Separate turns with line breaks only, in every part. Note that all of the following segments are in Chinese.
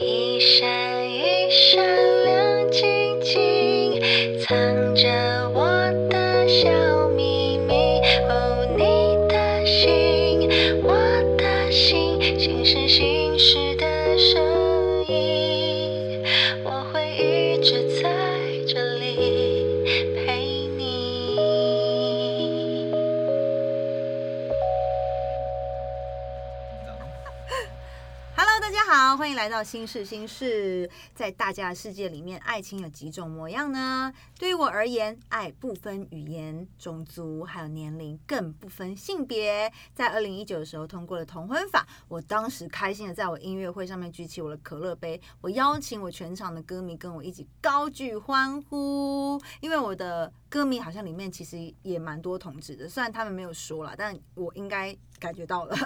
一闪一闪亮晶晶，藏着我的小秘密。哦，你的心，我的心，心是心事的声音，我会一直在这里陪你。
Hello，大家好，欢迎来到新事新事。在大家的世界里面，爱情有几种模样呢？对于我而言，爱不分语言、种族，还有年龄，更不分性别。在二零一九的时候通过了同婚法，我当时开心的在我音乐会上面举起我的可乐杯，我邀请我全场的歌迷跟我一起高举欢呼，因为我的歌迷好像里面其实也蛮多同志的，虽然他们没有说啦，但我应该感觉到了。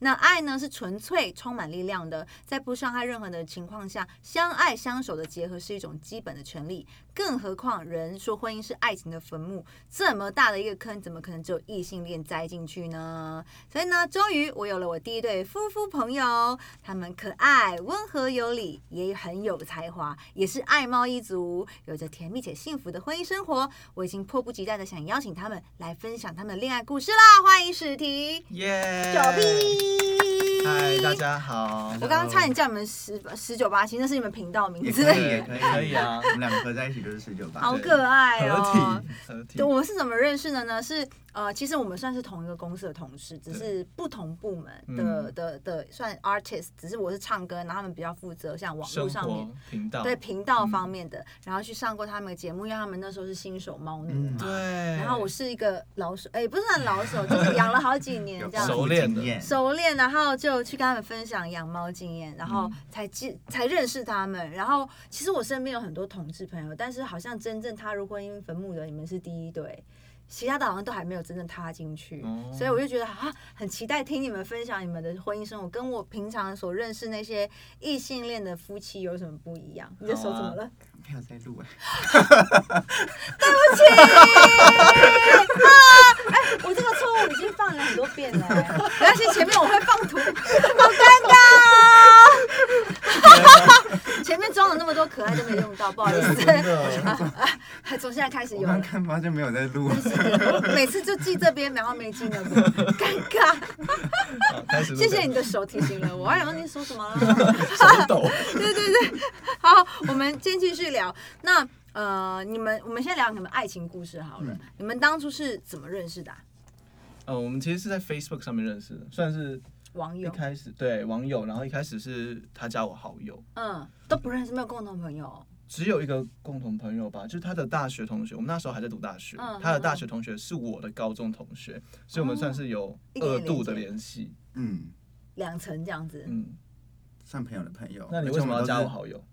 那爱呢是纯粹、充满力量的，在不伤害任何人的情况下，相爱相守的结合是一种基本的权利。更何况人说婚姻是爱情的坟墓，这么大的一个坑，怎么可能只有异性恋栽进去呢？所以呢，终于我有了我第一对夫妇朋友，他们可爱、温和有礼，也很有才华，也是爱猫一族，有着甜蜜且幸福的婚姻生活。我已经迫不及待的想邀请他们来分享他们的恋爱故事啦！欢迎史提。
耶！
九屁！
嗨，大。家好。
我刚刚差点叫你们十十九八七，那是你们频道名
也
字，
可以，也可以，
可以啊
我们两个合在一起就是十九八。
好可爱哦
合。体，合体
对，。我们是怎么认识的呢？是呃，其实我们算是同一个公司的同事，只是不同部门
嗯
的的的算 artist，只是我是唱歌，然后他们比较负责像网络
生
上面
活嗯频道。
对频道方面的，然后去上过他们的节目，因为他们那时候是新手猫奴
嗯
嘛。
对。
然
然
后 我是一个老手，哎，不是算老手，就是养了好几年
有
这样子。
熟练的
经验
熟练，然后就去跟他们分享养猫经验，然后
嗯
才记才认识他们。然后其实我身边有很多同志朋友，但是好像真正踏入婚姻坟墓的你们是第一对，其他的好像都还没有真正踏进去。
哦
所以我就觉得啊，很期待听你们分享你们的婚姻生活，跟我平常所认识那些异性恋的夫妻有什么不一样？你的手
啊
怎么了？
没有在录哎，
啊哎我这个错误已经放了很多遍了、欸，没关系，前面我会放图，好尴尬、哦。前面装了那么多可爱都没用到，不好意
真
思。
的，
从现在开始
我
有
刚
了，
看发现没有在录，
每次就记这边，然后没记那边，尴尬。
好开始录
谢谢你
了
的手提醒了我，哎呦，你说什么了？
手抖。
对对对，好，我们先继续聊。那呃，你们我们先聊你们爱情故事好
嗯
了。你们当初是怎么认识的啊、
呃，我们其实是在 Facebook 上面认识的，算是
网
一
友？
开始对网友，然后一开始是他加我好友，
嗯，都不认识，没有共同朋友哦、
只有一个共同朋友吧，就是他的大学同学。我们那时候还在读大学，
嗯
他的大学同学是我的高中同学，所以我们算是
哦
有二度的联系。
嗯，
两层这样子。
嗯，
算朋友的朋友。
那你为什么要加我
而且们
好友？
都是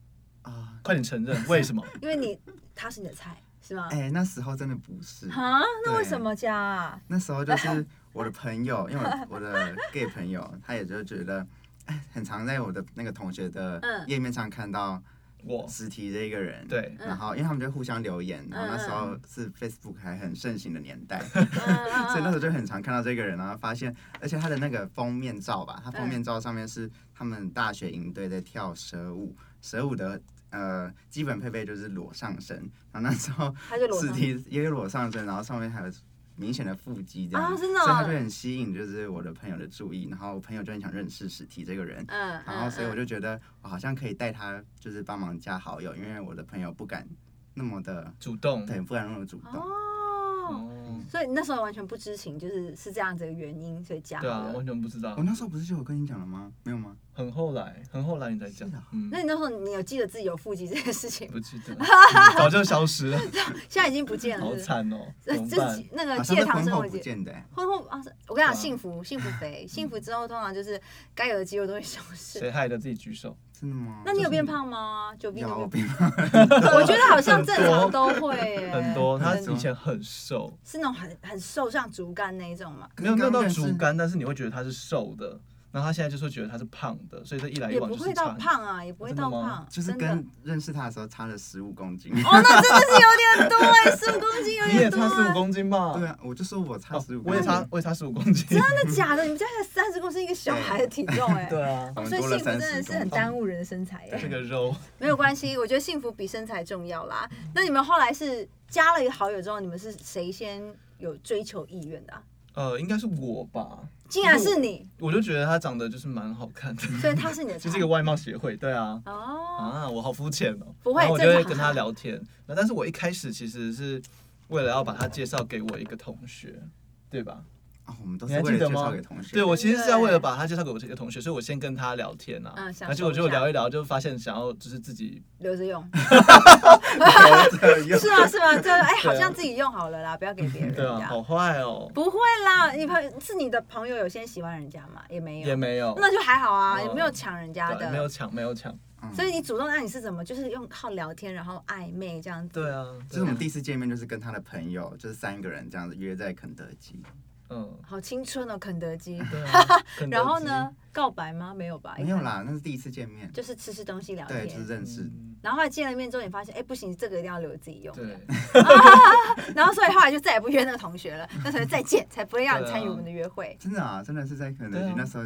啊？
快点承认，为什么？
因为你他是你的菜是吗？
哎，那时候真的不 是，
哈，那
对
为什么加啊？
那时候就是我的朋友，因为我我的 gay 朋友，他也就觉得，哎，很常在我的那个同学的
嗯
页面上看到
我
实体这一个人，。
对，
嗯
然后，因为他们就互相留言，然后那时候是 Facebook 还很盛行的年代，
嗯
所以那时候就很常看到这个人，然后发现，而且他的那个封面照吧，他封面照上面是他们大学营队在跳蛇舞，蛇舞的呃基本配备就是裸上身，然后那时候
他就裸
四
上
T 也有裸上身，然后上面还有明显的腹肌这样子，
啊真的哦
所以他就很吸引就是我的朋友的注意，然后我朋友就很想认识史提这个人。
嗯，嗯
然后，所以我
嗯
就觉得我好像可以带他，就是帮忙加好友，因为我的朋友不敢那么的，
主动。
对，不敢那么主动。
哦，
哦，
所以你那时候完全不知情，就是是这样子的原因，所以加好
对啊，
了。
完全不知道
我。那时候不是就有跟你讲了吗？没有吗？
很后来，很后来你才讲
是啊，
嗯，
那你那时候你有记得自己有 腹肌这件事情吗？
不记得，嗯早就消失了，
现在已经不见了，
好
是不是
惨哦，怎
呃
么
就是
办
戒？那个
好像
戒
是
糖
婚
生
后
活
不
戒。
见的、嗯欸，
婚后啊，是我跟你讲，
对啊
幸福幸福肥，幸福之后通常就是该有的肌肉都会消失。
谁害的自己举手？
真的吗？
那你有变胖吗？九 B
有
有
我
变
变 胖，
胖？我觉得好像正常
很多
都会耶，
很多，他
很多
以前很瘦，
是那种很很瘦，像竹竿那一种嘛。
没有没有
刚
到
认识
竹竿，但是你会觉得他是瘦的，然后他现在就说觉得他是胖的，呃所以这一来一
也
往
不
就
会
是
到
差。
胖啊，也不会
真的
到
吗
胖，
就是
真的
跟认识他的时候差了十五公斤。
哦，那真的是有点多哎、 十五公斤有
你也
点多、
差十五
啊。
公斤吧？
对啊，我就说我差
哦
十五，
我也差，我也差十五公斤。
真的假的？你们家才三十公斤，一个小孩的体重哎、
对啊，
哦
我们
所以
多了
幸福真
三
的
十
是很
公斤。
耽误人的身材哎、
这个肉
没有关系，我觉得幸福比身材重要啦。那你们后来是加了一个好友之后，你们是谁先有追求意愿的、啊？
呃，应该是我吧？
竟然是你，
我就觉得他长得就是蛮好看 的，
所以他是你的菜。
就是一个外貌协会。对啊，
哦，
啊，我好肤浅哦。
不会
然后我就
正
会
常
跟他聊天。那但是我一开始其实是为了要把他介绍给我一个同学，对吧？
哦，我们都
你
是
还
为
记
了
得
介
吗
绍给同学。
对，我其实是要为
对
了把他介绍给我这个同学，所以我先跟他聊天啊。
嗯享
然后结果
受
就
一下
聊一聊，就发现想要就是自己
留着用，
哦
我
是吗？是吗？对，哎、好像自己用好了啦，不要给别人
对
这
啊，
样。
好坏哦，
不会啦，你朋友是你的朋友有先喜欢人家吗？也没有，
也没有，
那就还好啊，
嗯
也没有抢人家
对啊没有
的。
抢，没有抢，
所以你主动，那你是怎么？就是用靠聊天，然后暧昧这样子。
对啊，
就是我们第一次见面就是跟他的朋友，就是三个人这样子约在肯德基。
嗯，
好青春哦，肯德 基。，
对啊
然后呢？告白吗？没有吧？
没有啦，那是第一次见面。
哎就是吃吃东西聊
对，就是
天。
认
肯德基？
识。
嗯
然后后来见了面之后，你发现，哎，不行，这个一定要留自己用。
对，
然后所以后来就再也不约那个同学了，那同学再见，才不会让你参与
对啊
我们的约会。
真的啊，真的是在肯德
对
基
啊
那时候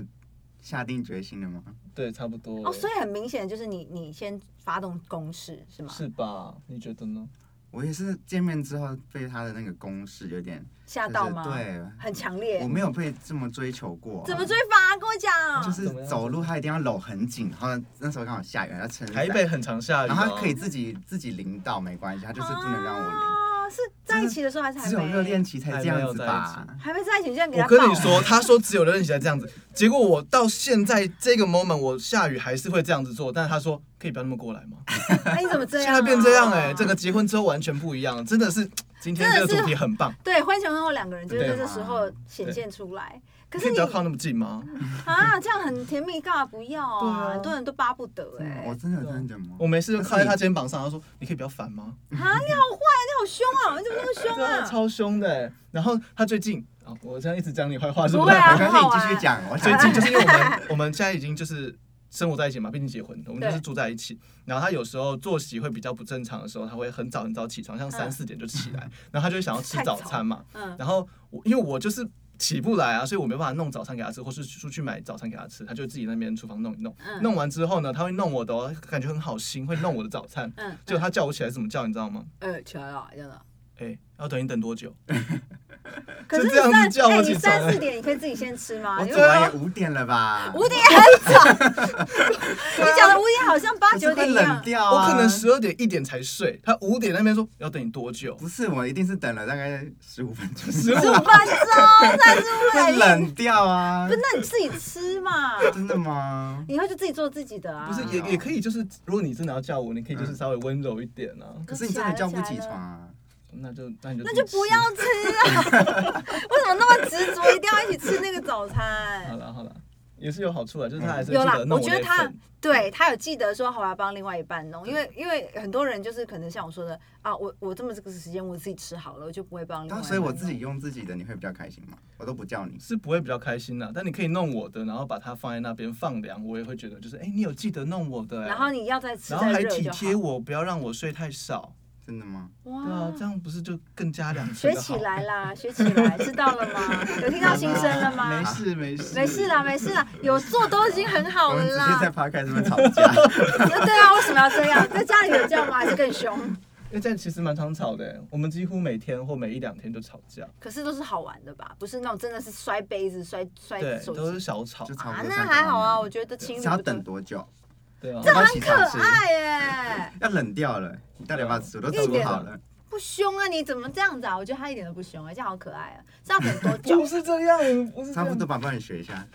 下定决心了吗？
对，差不多。
哦，所以很明显就是你你先发动攻势是吗？
是吧？你觉得呢？
我也是见面之后被他的那个攻势有点
吓到吗？
就是，对，
很强
我
烈。
没有被这么追求过。
怎么追法啊？跟我讲。
就是走路他一定要搂很紧，然后那时候刚好下雨，他撑伞
台，北很常下雨、
然
啊，
后他可以自己自己淋到没关系，他就是不能让我淋。
哦，是在一起的时候还是还
只
没？
有热恋期才这样子
还
吧
没有在？
还没在一起，你这样给
我
他
跟
抱
你说，他说只有热恋期才这样子，结果我到现在这个 moment，我下雨还是会这样子做，但是他说可以不要那么过来吗？
哎，你怎么这 样、
现
啊？
在变这样哎、这个结婚之后完全不一样，真的是今天这个
真的是
主题很棒，
对婚前婚后两个人就是在
对
这
嘛
时候显现出来。可
可
是
以
你
不要靠那么近吗？
啊，这样很甜蜜，干嘛不要
对
啊？
啊
很多人都巴不得
真的
哎、
嗯我真的有这样讲吗？
我每次就靠在他肩膀上，他说你可以不要烦吗？
啊，你好坏，你好凶啊！你怎么那么 凶
对啊，
啊？
超凶的、欸。然后他最近啊、我这样一直讲你坏话是
不
是
会啊
没关系，你继续讲。 我
最
想
近就是因为我们我们现在已经就是生活在一起嘛，毕竟结婚，我们就是住在一起。然后他有时候作息会比较不正常的时候，他会很早很早起床，像三四点就起来，然后他就会想要吃
太早
早餐嘛。
嗯，
然后我因为我就是起不来啊，所以我没办法弄早餐给他吃，或是出去买早餐给他吃，他就自己那边厨房弄一弄。
嗯
弄完之后呢，他会弄我的、哦，感觉很好心，会弄我的早餐。
嗯，
结果他叫我起来是怎么叫，你知道吗？
呃，起来了，真的。
哎、要等你等多久？
可是
就这样子
你三
叫我
哎
起
你
床
三四点你可以自己先吃吗？
啊我
因
走
为
完也五点了吧？
哎五点很早， 你讲的五点好像八
可
九
是会
点一样
冷。掉啊。
我可能十二点一点才睡，他五点那边说要等你多久？
不是，我一定是等了大概十五分钟，
十
十五
五
分钟，哦三十五
会
分钟，
冷掉啊
不。是，那你自己吃嘛。
真的吗？
以后就自己做自己的啊。
不
嗯
是
啊
也也可以，就是如果你真的要叫我，你可以就是稍微温柔一点啊，
可是你真的叫不起床
哎
啊。
那就那你就
那就
自己吃
不要吃啊！ 为什么那么执着，一定要一起吃那个早餐
好？了好了，也是有好处啊，就是他还是
有
记
啦
得，弄
我觉得
那
他
份
对他有记得说，好吧，帮另外一半弄，因为因为很多人就是可能像我说的啊，我我这么这个时间我自己吃好了，我就不会帮另外一
然
啊
半
后，
弄。
啊所以我自己用自己的，你会比较开心吗？我都不叫你。
是不会比较开心的，但你可以弄我的，然后把它放在那边放凉，我也会觉得就是哎、你有记得弄我的、哎
然后你要再吃
然
再
后还
热
体
就
贴
好。
我，不要让我睡太少，
真的吗？
哇
对啊，这样不是就更加两
学起来啦，学起来，知道了吗？有听到心声了吗
没？事没事
没事啦，没事啦，有做都已经很好
我
了
们直接
啦
在。podcast 上面吵 架。
对啊，为什么要这样？在家里有这样吗？还是更凶？
因为这样其实蛮常吵的、哎我们几乎每天或每一两天就吵架，
可是都是好玩的吧？不是那种真的是摔杯子、摔摔
对，
手
都是
机
小吵
就，差
啊
不，多
那还好
嗯
啊，我
觉
觉得情侣
只要
不
等多久？
对啊
要，不要起
可
床吃？
爱耶，
要冷掉了，你到底要不要吃？我都
一
煮
点
好了。
不凶啊！你怎么这样子啊？我觉得他一点都不凶啊，这样好可爱啊！这样等多
就
久？
是这样，不是这
差不
样
多吧，帮你学一下。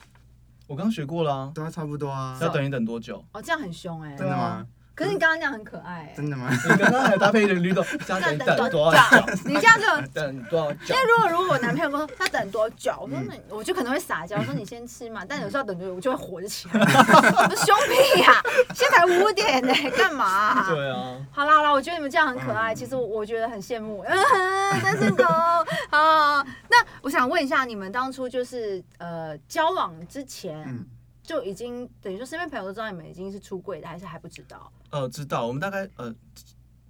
我刚学过了、啊，
对啊，差不多啊。
要等你等多久？
哦，这样很凶哎
真。的吗？
可是你刚刚那样很可爱哎，
真的吗？
你刚刚还搭配一点绿豆，加等
这样
你
等
等
多
多
久
久？？
你这样就。
等多久
因？为如果如果我男朋友跟我说他等多久，我说
嗯
那我就可能会撒娇，我说你先吃 嘛。但有时候等多久我就会火就起来，我说凶屁呀、 现在才五点呢、干嘛啊、
对啊，
好啦好啦，我觉得你们这样很可
嗯
爱，其实我我觉得很羡慕， 单身狗 啊。好好那我想问一下，你们当初就是呃交往之前，
嗯，
就已经等于说身边朋友都知道你们已经是出柜的，还是还不知道？
呃，知道，我们大概呃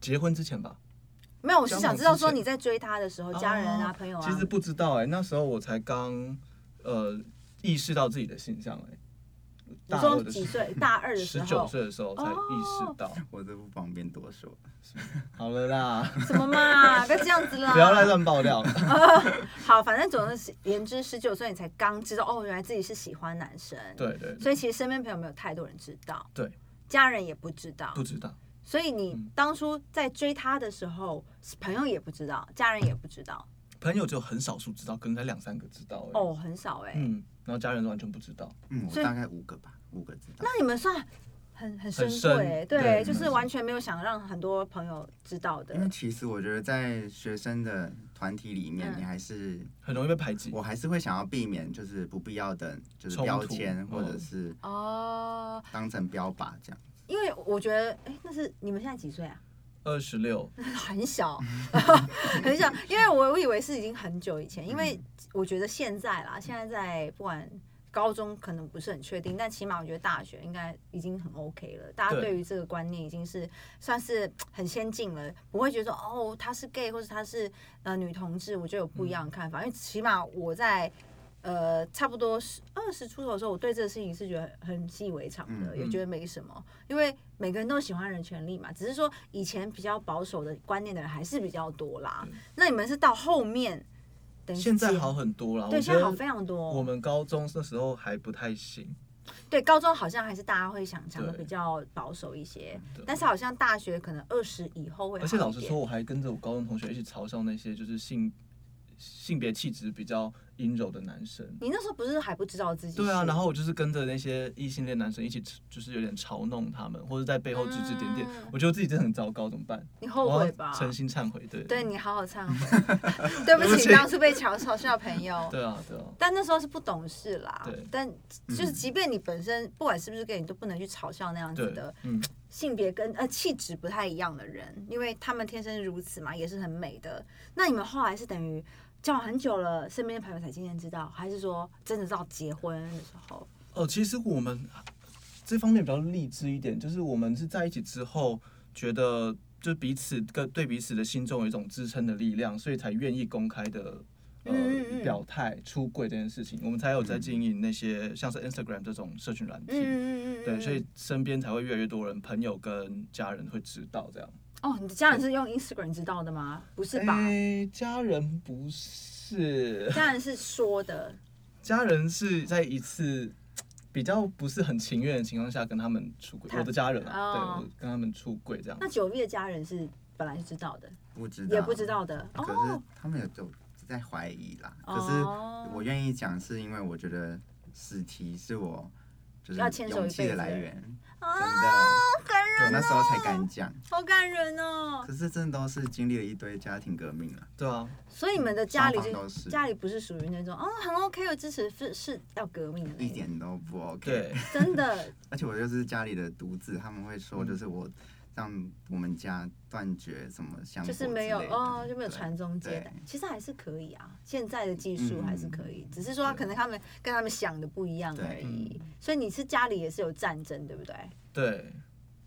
结婚之前吧，
没有，我是
交
想
往
知道
之
说
前
你在追他的时候，家人啊、
哦
朋友啊，
其实不知道哎、那时候我才刚呃意识到自己的性向哎、
你
大
说
二的
几
时
岁？大二的
十
时候，哦
九岁的时候才意识到。
我都不方便多说。
好了 啦，
什么 嘛？不要这样子啦！
不要再乱爆料。
啊好，反正总而言之，十九岁你才刚知道哦，原来自己是喜欢男生。，
对对对，
所以其实身边朋友没有太多人知道，
对，
家人也不知道
不，知道。
所以你
嗯
当初在追他的时候，朋友也不知道，家人也不知道，
朋友只有很少数知道，可能才两三个知道而已。
哦，很少哎、
嗯，然后家人完全不知道。
嗯，我
所以
大概五个吧，五个知道
那。你们算很很
很
深贵、欸，
深
对，
对
就是
很
完全没有想让很多朋友知道的
因。为其实我觉得在学生的团体里面，
嗯
你还是
很容易被排挤
我。还是会想要避免就是不必要的，就是
冲突
标签
嗯
或者是
哦，
当成标靶这样。
因为我觉得，哎、那是你们现在几岁啊？
二十六，
很小， 很小，因为我我以为是已经很久以前，因为我觉得现在啦，现在在不管高中可能不是很确定，但起码我觉得大学应该已经很 OK 了，大家
对
对于这个观念已经是算是很先进了，不会觉得说哦他是 gay 或者他是呃女同志，我就有不
嗯
一样的看法，因为起码我在。呃，差不多是二十出头的时候，我对这个事情是觉得很习以为常的，
嗯
也觉得没什么。因为每个人都喜欢人权利嘛，只是说以前比较保守的观念的人还是比较多啦
对。
那你们是到后面，等于是
嗯现在
结
好很多了。
对，
我
现
觉
在好
得
非常多。
我们高中那时候还不太行。
对高中好像还是大家会想象的
对嗯
比较保守一些，
对
但是好像大学可能二十以后会好
而
一
且
点。
老实说，我还跟着我高中同学一起嘲笑那些就是性性别气质比较阴柔的男生。
你那时候不是还不知道自己
对啊，
是
然后我就是跟着那些异性恋男生一起，就是有点嘲弄他们，或者在背后指指点点
嗯。
我觉得自己真的很糟糕，怎么办？
你后
我
悔
要
吧？
诚心忏悔，对。
对你好好忏悔，对不
对不
起，
起
当初被嘲嘲笑的朋友。
对啊，对啊，
但那时候是不懂事啦
对，
但就是即便你本身不管是不是 gay，你都不能去嘲笑那样子
对
的，
嗯，
性别跟呃气质不太一样的人，因为他们天生如此嘛，也是很美的。那你们后来是等于交往很久了，身边的朋友才渐渐知道，还是说真的到结婚的时候？
哦，其实我们这方面比较励志一点，就是我们是在一起之后，觉得就彼此跟对彼此的心中有一种支撑的力量，所以才愿意公开的。呃
嗯嗯嗯，
表态出柜这件事情，我们才有在经营那些像是 Instagram 这种社群软体，
嗯嗯嗯嗯，
对，
嗯
所以身边才会越来越多人，朋友跟家人会知道这样。
哦，你的家人是用 Instagram 知道的吗？不是吧？
诶家人不 是，
家人是说的，
家人是在一次比较不是很情愿的情况下跟他们出轨，
他
我的家人啊，
哦
对，我跟他们出轨这样
那。九 V 的家人是本来是知道的，
不知道，
也不知。道的
可
哦
是。他们有就在怀疑啦。
哦
可是我愿意讲，是因为我觉得试题是我就是
要牵手
勇气
一辈
的
子
来
的
源，
啊
真的，
感人，
我那时候才敢讲。
好感人哦！
可是真的都是经历了一堆家庭革命了。
对啊，
所以你们的家里
双方
就
都是
家里不是属于那种哦很 OK 的支持，是是要革命的那
一
种
点都不 OK，
对，
真 的，
而且我就是家里的独子，他们会
嗯
说就是我让我们家断绝什么香火
就是没有
之类的
哦，就没有传宗接代
对，
其实还是可以啊，现在的技术
嗯
还是可以，只是说他
对
可能他们跟他们想的不一样而已。所以你是家里也是有战争，对不对？
对，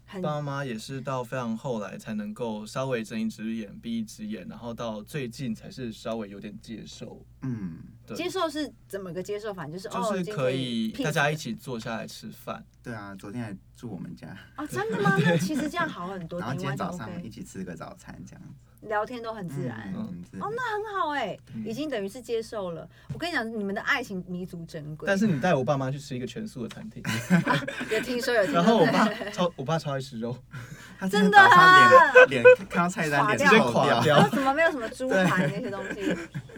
很
爸妈也是到非常后来才能够稍微睁一只眼闭一只眼，然后到最近才是稍微有点接受，
嗯，
对，
接受是怎么个接受法？就是
就
哦，
是
今天
可以
peace
大家一起坐下来吃饭。
对啊，昨天还住我们家，
哦，真的吗？那其实这样好很多，
然后
等于
今
完
天
全
早上一
OK，
起吃个早餐这样子，
聊天都很自然。
嗯，嗯自然
哦，那很好哎、
嗯
已经等于是接受了。我跟你讲，你们的爱情弥足珍贵。
但是你带我爸妈去吃一个全素的餐厅，
有听说有听说，
然后我
对
爸超我爸超爱吃 肉，
他今
真
天
的
早
啊
上脸脸看到菜单
垮
脸
掉
直接
臭
垮
掉，
然
掉
后。怎么没有什么猪排那些东西？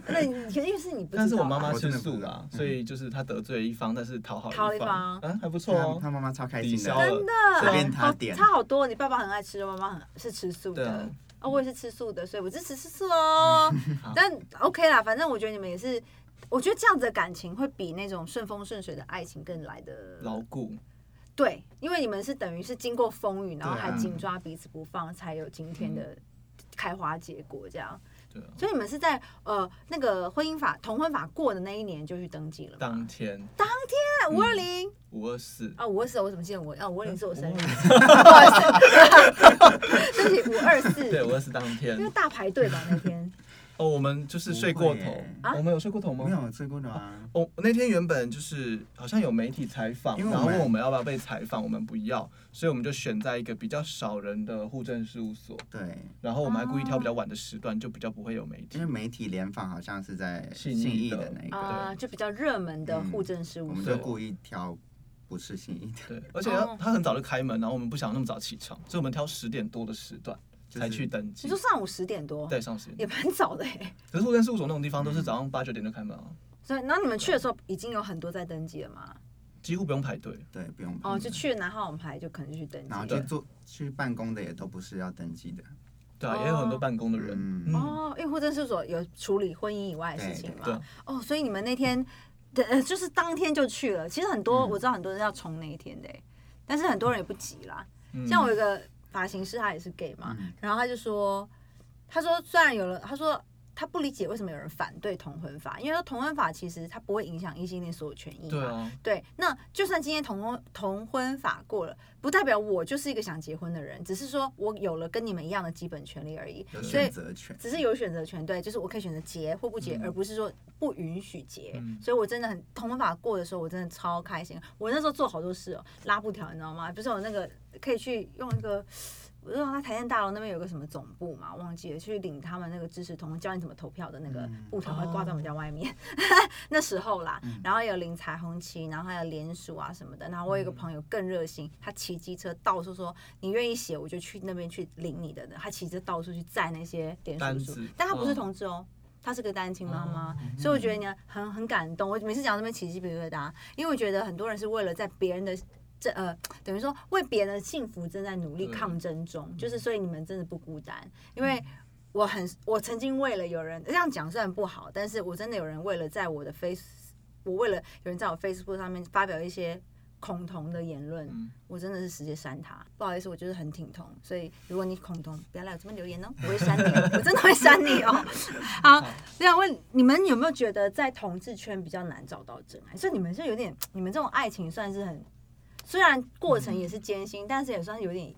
那你肯定是你不知道吧。
但是我妈妈
我
吃
真的
素
不知道
啦，
嗯
所以就是她得罪了一方，但是讨好
讨了一
一方，
方
嗯，还不错
他他
哦。
妈妈超啊开心
抵
的
消，了
真的
随便
好
他点
差好多。你爸爸很爱吃肉，妈妈很是吃素
对
的。
啊
啊、我也是吃素的，所以我支持吃素 哦。但 OK 啦，反正我觉得你们也是，我觉得这样子的感情会比那种顺风顺水的爱情更来的
牢固，
对，因为你们是等于是经过风雨，然后
对啊
还紧抓彼此不放，才有今天的开花结果这样。
对啊，
所以你们是在呃那个婚姻法同婚法过的那一年就去登记了吗。
当天
当天五二零
五二四，
啊，五二四，我怎么记得我啊？五二零是我生
嗯
日，不好意思，对不起，五二
对，
四，
五二四当
因 为
天。
大排队吧那天。
哦，我们就是睡过
不会
头哦
耶，
啊
我们有睡过头吗？
没。有吃过的啊。
哦，那天原本就是好像有媒体采访，
因为我
然
们
后问我们要不要被采访，我们不要，所以我们就选在一个比较少人的户政事务所，
对，
然后我们还故意挑比较晚的时段，就比较不会有媒体
因为。媒体联访好像是在
信
信
义
义
的
的那一个，
啊、就比较热门的户政事
我
务
们
所
就。故意挑不是信义的，
对，而且他
哦
他很早就开门，然后我们不想那么早起床，所以我们挑十点多的时段
就是
才去登记
你说。上午十点多，
对，上十
也
点。
蛮早的哎。
可是户政事务所那种地方都是早上八九点就开门啊，
所以，然后你们去的时候已经有很多在登记了嘛？
几乎不用排队。
对，不用碰
哦，就去拿号码牌就可能就去登
然后
记
就
了。
做去办公的也都不是要登记的，
对
哦
啊，也有很多办公的人。
嗯
嗯，
哦，因为户政事务所有处理婚姻以外的事情
对啊
嘛。哦，所以你们那天的呃，就是当天就去了。其实很多、
嗯
我知道很多人要冲那一天的欸，但是很多人也不急啦。
嗯
像我有一个发型师，他也是 gay 嘛，
嗯
然后他就说，他说虽然有人，他说他不理解为什么有人反对同婚法，因为说同婚法其实它不会影响异性恋所有权益嘛。
对啊，
对，那就算今天同婚同婚法过了，不代表我就是一个想结婚的人，只是说我有了跟你们一样的基本权利而已。
有
所以
选择权。
只是有选择权，对，就是我可以选择结或不结，
嗯
而不是说不允许结。
嗯
所以我真的很同文法过的时候，我真的超开心。我那时候做好多事哦，拉布条你知道吗？不是有那个可以去用一个，我知道他台电大楼那边有个什么总部嘛，忘记了，去领他们那个支持同婚教你怎么投票的那个
嗯
布条，会挂在我们家外面。 那时候啦，然后有领彩虹旗，然后还有联署啊什么的。然后我有一个朋友更热心，他骑机车到处说：“你愿意写，我就去那边去领你的。”他骑车到处去载那些联
单
署书
子，
但他不是
哦
同志哦。她是个单亲妈妈
哦，
所以我觉得你很很感动。我每次讲到那边起鸡皮疙瘩，因为我觉得很多人是为了在别人的这呃，等于说为别人的幸福正在努力
对
抗争中，
嗯
就是所以你们真的不孤单，因为我很，我曾经为了有人这样讲虽然不好，但是我真的有人为了在我的 face，我为了有人在我 Facebook 上面发表一些恐同的言论，
嗯
我真的是直接删他。不好意思，我就是很挺同，所以如果你恐同，不要来我这边留言哦，我会删你哦， 我真的会删你哦。好，那我问你们有没有觉得在同志圈比较难找到真爱？所以你们是有点，你们这种爱情算是很，虽然过程也是艰辛，但是也算是有点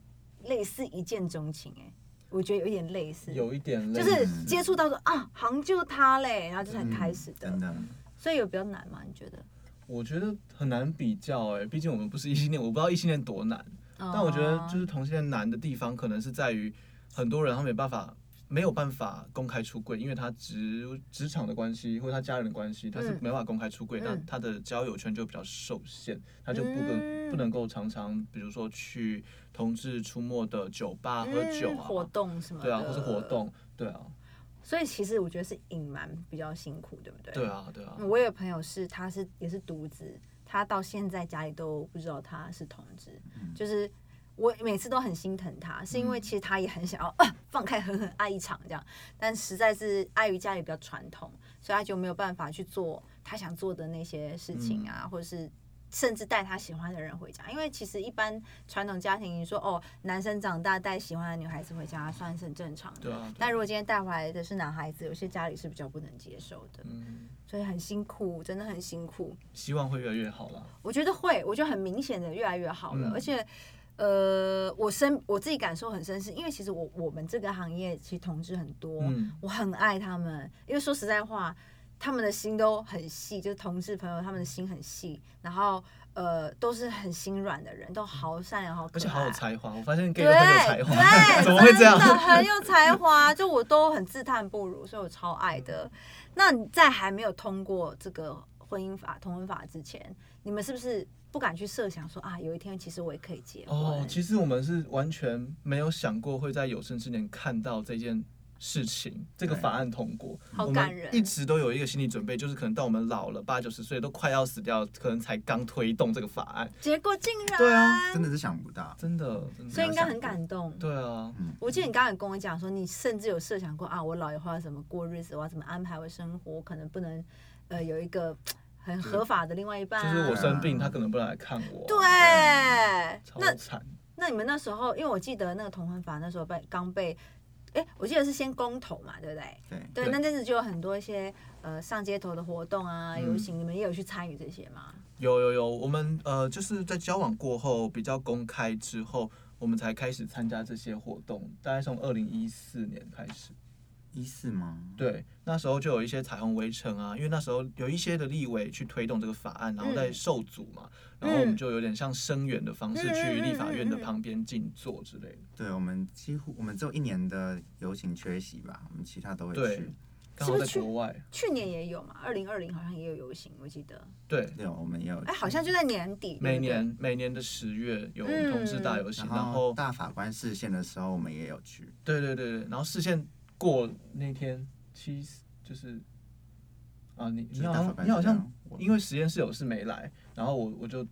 类似一见钟情哎、我觉得有点类似，
有一点类
就
似
是接触到说啊，好像就他嘞，然后就才
嗯
开始的，
真的，
所以有比较难吗？你觉得？
我觉得很难比较哎、毕竟我们不是异性恋，我不知道异性恋多难。但我觉
哦
得就是同性恋难的地方，可能是在于很多人他没办法没有办法公开出柜，因为他职职场的关系或者他家人的关系，他是
嗯
没办法公开出柜，那
嗯
他的交友圈就比较受限，他就不能
嗯
不能够常常比如说去同志出没的酒吧喝酒
嗯活
啊，
动什么的，
对啊，或是活。动，对啊，
所以其实我觉得是隐瞒比较辛苦，对不对？嗯
对。啊，对啊，
我有朋友是，他是也是独子，他到现在家里都不知道他是同志，
嗯
就是。我每次都很心疼他，是因为其实他也很想要、 啊放开狠狠爱一场这样，但实在是碍于家里比较传统，所以他就没有办法去做他想做的那些事情啊，
嗯
或者是甚至带他喜欢的人回家。因为其实一般传统家庭，你说哦，男生长大带喜欢的女孩子回家算是很正常的，
对啊对啊
但如果今天带回来的是男孩子，有些家里是比较不能接受的，
嗯，
所以很辛苦，真的很辛苦。
希望会越来越好啦。
我觉得会，我觉得很明显的越来越好了，
嗯
而且。呃，我身我自己感受很深是，因为其实我我们这个行业其实同志很多，
嗯
我很爱他们，因为说实在话，他们的心都很细，就是同志朋友他们的心很细，然后呃都是很心软的人，都好善良好可
而
爱，
且好有才华，我发现 gay
对
都很有才华，
对，
怎么会这样？
真的很有才华，就我都很自叹不如，所以我超爱的。那你在还没有通过这个婚姻法、同婚法之前，你们是不是不敢去设想说啊，有一天其实我也可以结婚？
哦，其实我们是完全没有想过会在有生之年看到这件事情，这个
对
法案通过。
好
我
感
们
人
一直都有一个心理准备，就是可能到我们老了八九十岁，都快要死掉，可能才刚推动这个法案。
结果竟然
对啊
真的是想不到，
真的，真的。
所以应该很感动。
对啊，
我记得你刚才跟我讲说，你甚至有设想过啊，我老以后要怎么过日子，我要怎么安排我的生活，我可能不能呃有一个很合法的另外一半、
就
啊。
是我生病，他可能不能来看我。
对，啊
超
那
惨。
那你们那时候，因为我记得那个同婚法那时候被刚被哎，我记得是先公投嘛，对不对？
对
对，
对
那阵子就有很多一些呃上街头的活动啊、游
嗯
行，你们也有去参与这些吗？
有有有，我们呃就是在交往过后比较公开之后，我们才开始参加这些活动，大概从二零一四年开始。
一四吗？
对，那时候就有一些彩虹围城啊，因为那时候有一些的立委去推动这个法案，然后在
嗯
受阻嘛，然后我
嗯
们就有点像声援的方式去立法院的
嗯嗯嗯嗯嗯
旁边静坐之类的。
对，我们几乎我们只有一年的游行缺席吧，我们其他都会
对
去。
刚
是
好
不
在
是去
国外，
去年也有嘛，二零二零好像也有游行，我记得。
对，
对，我们也有去。
哎，好像就在年底。对
每
不对
年每年的十月有
嗯
同志大游行，
然
然
后
后
大法官视线的时候，我们也有去。
对对对对，然后视线过那天七就是啊，你
就
你
是
好
大法
像
官
你好
是这
像
样我
因为实验室有事没来，然后我我就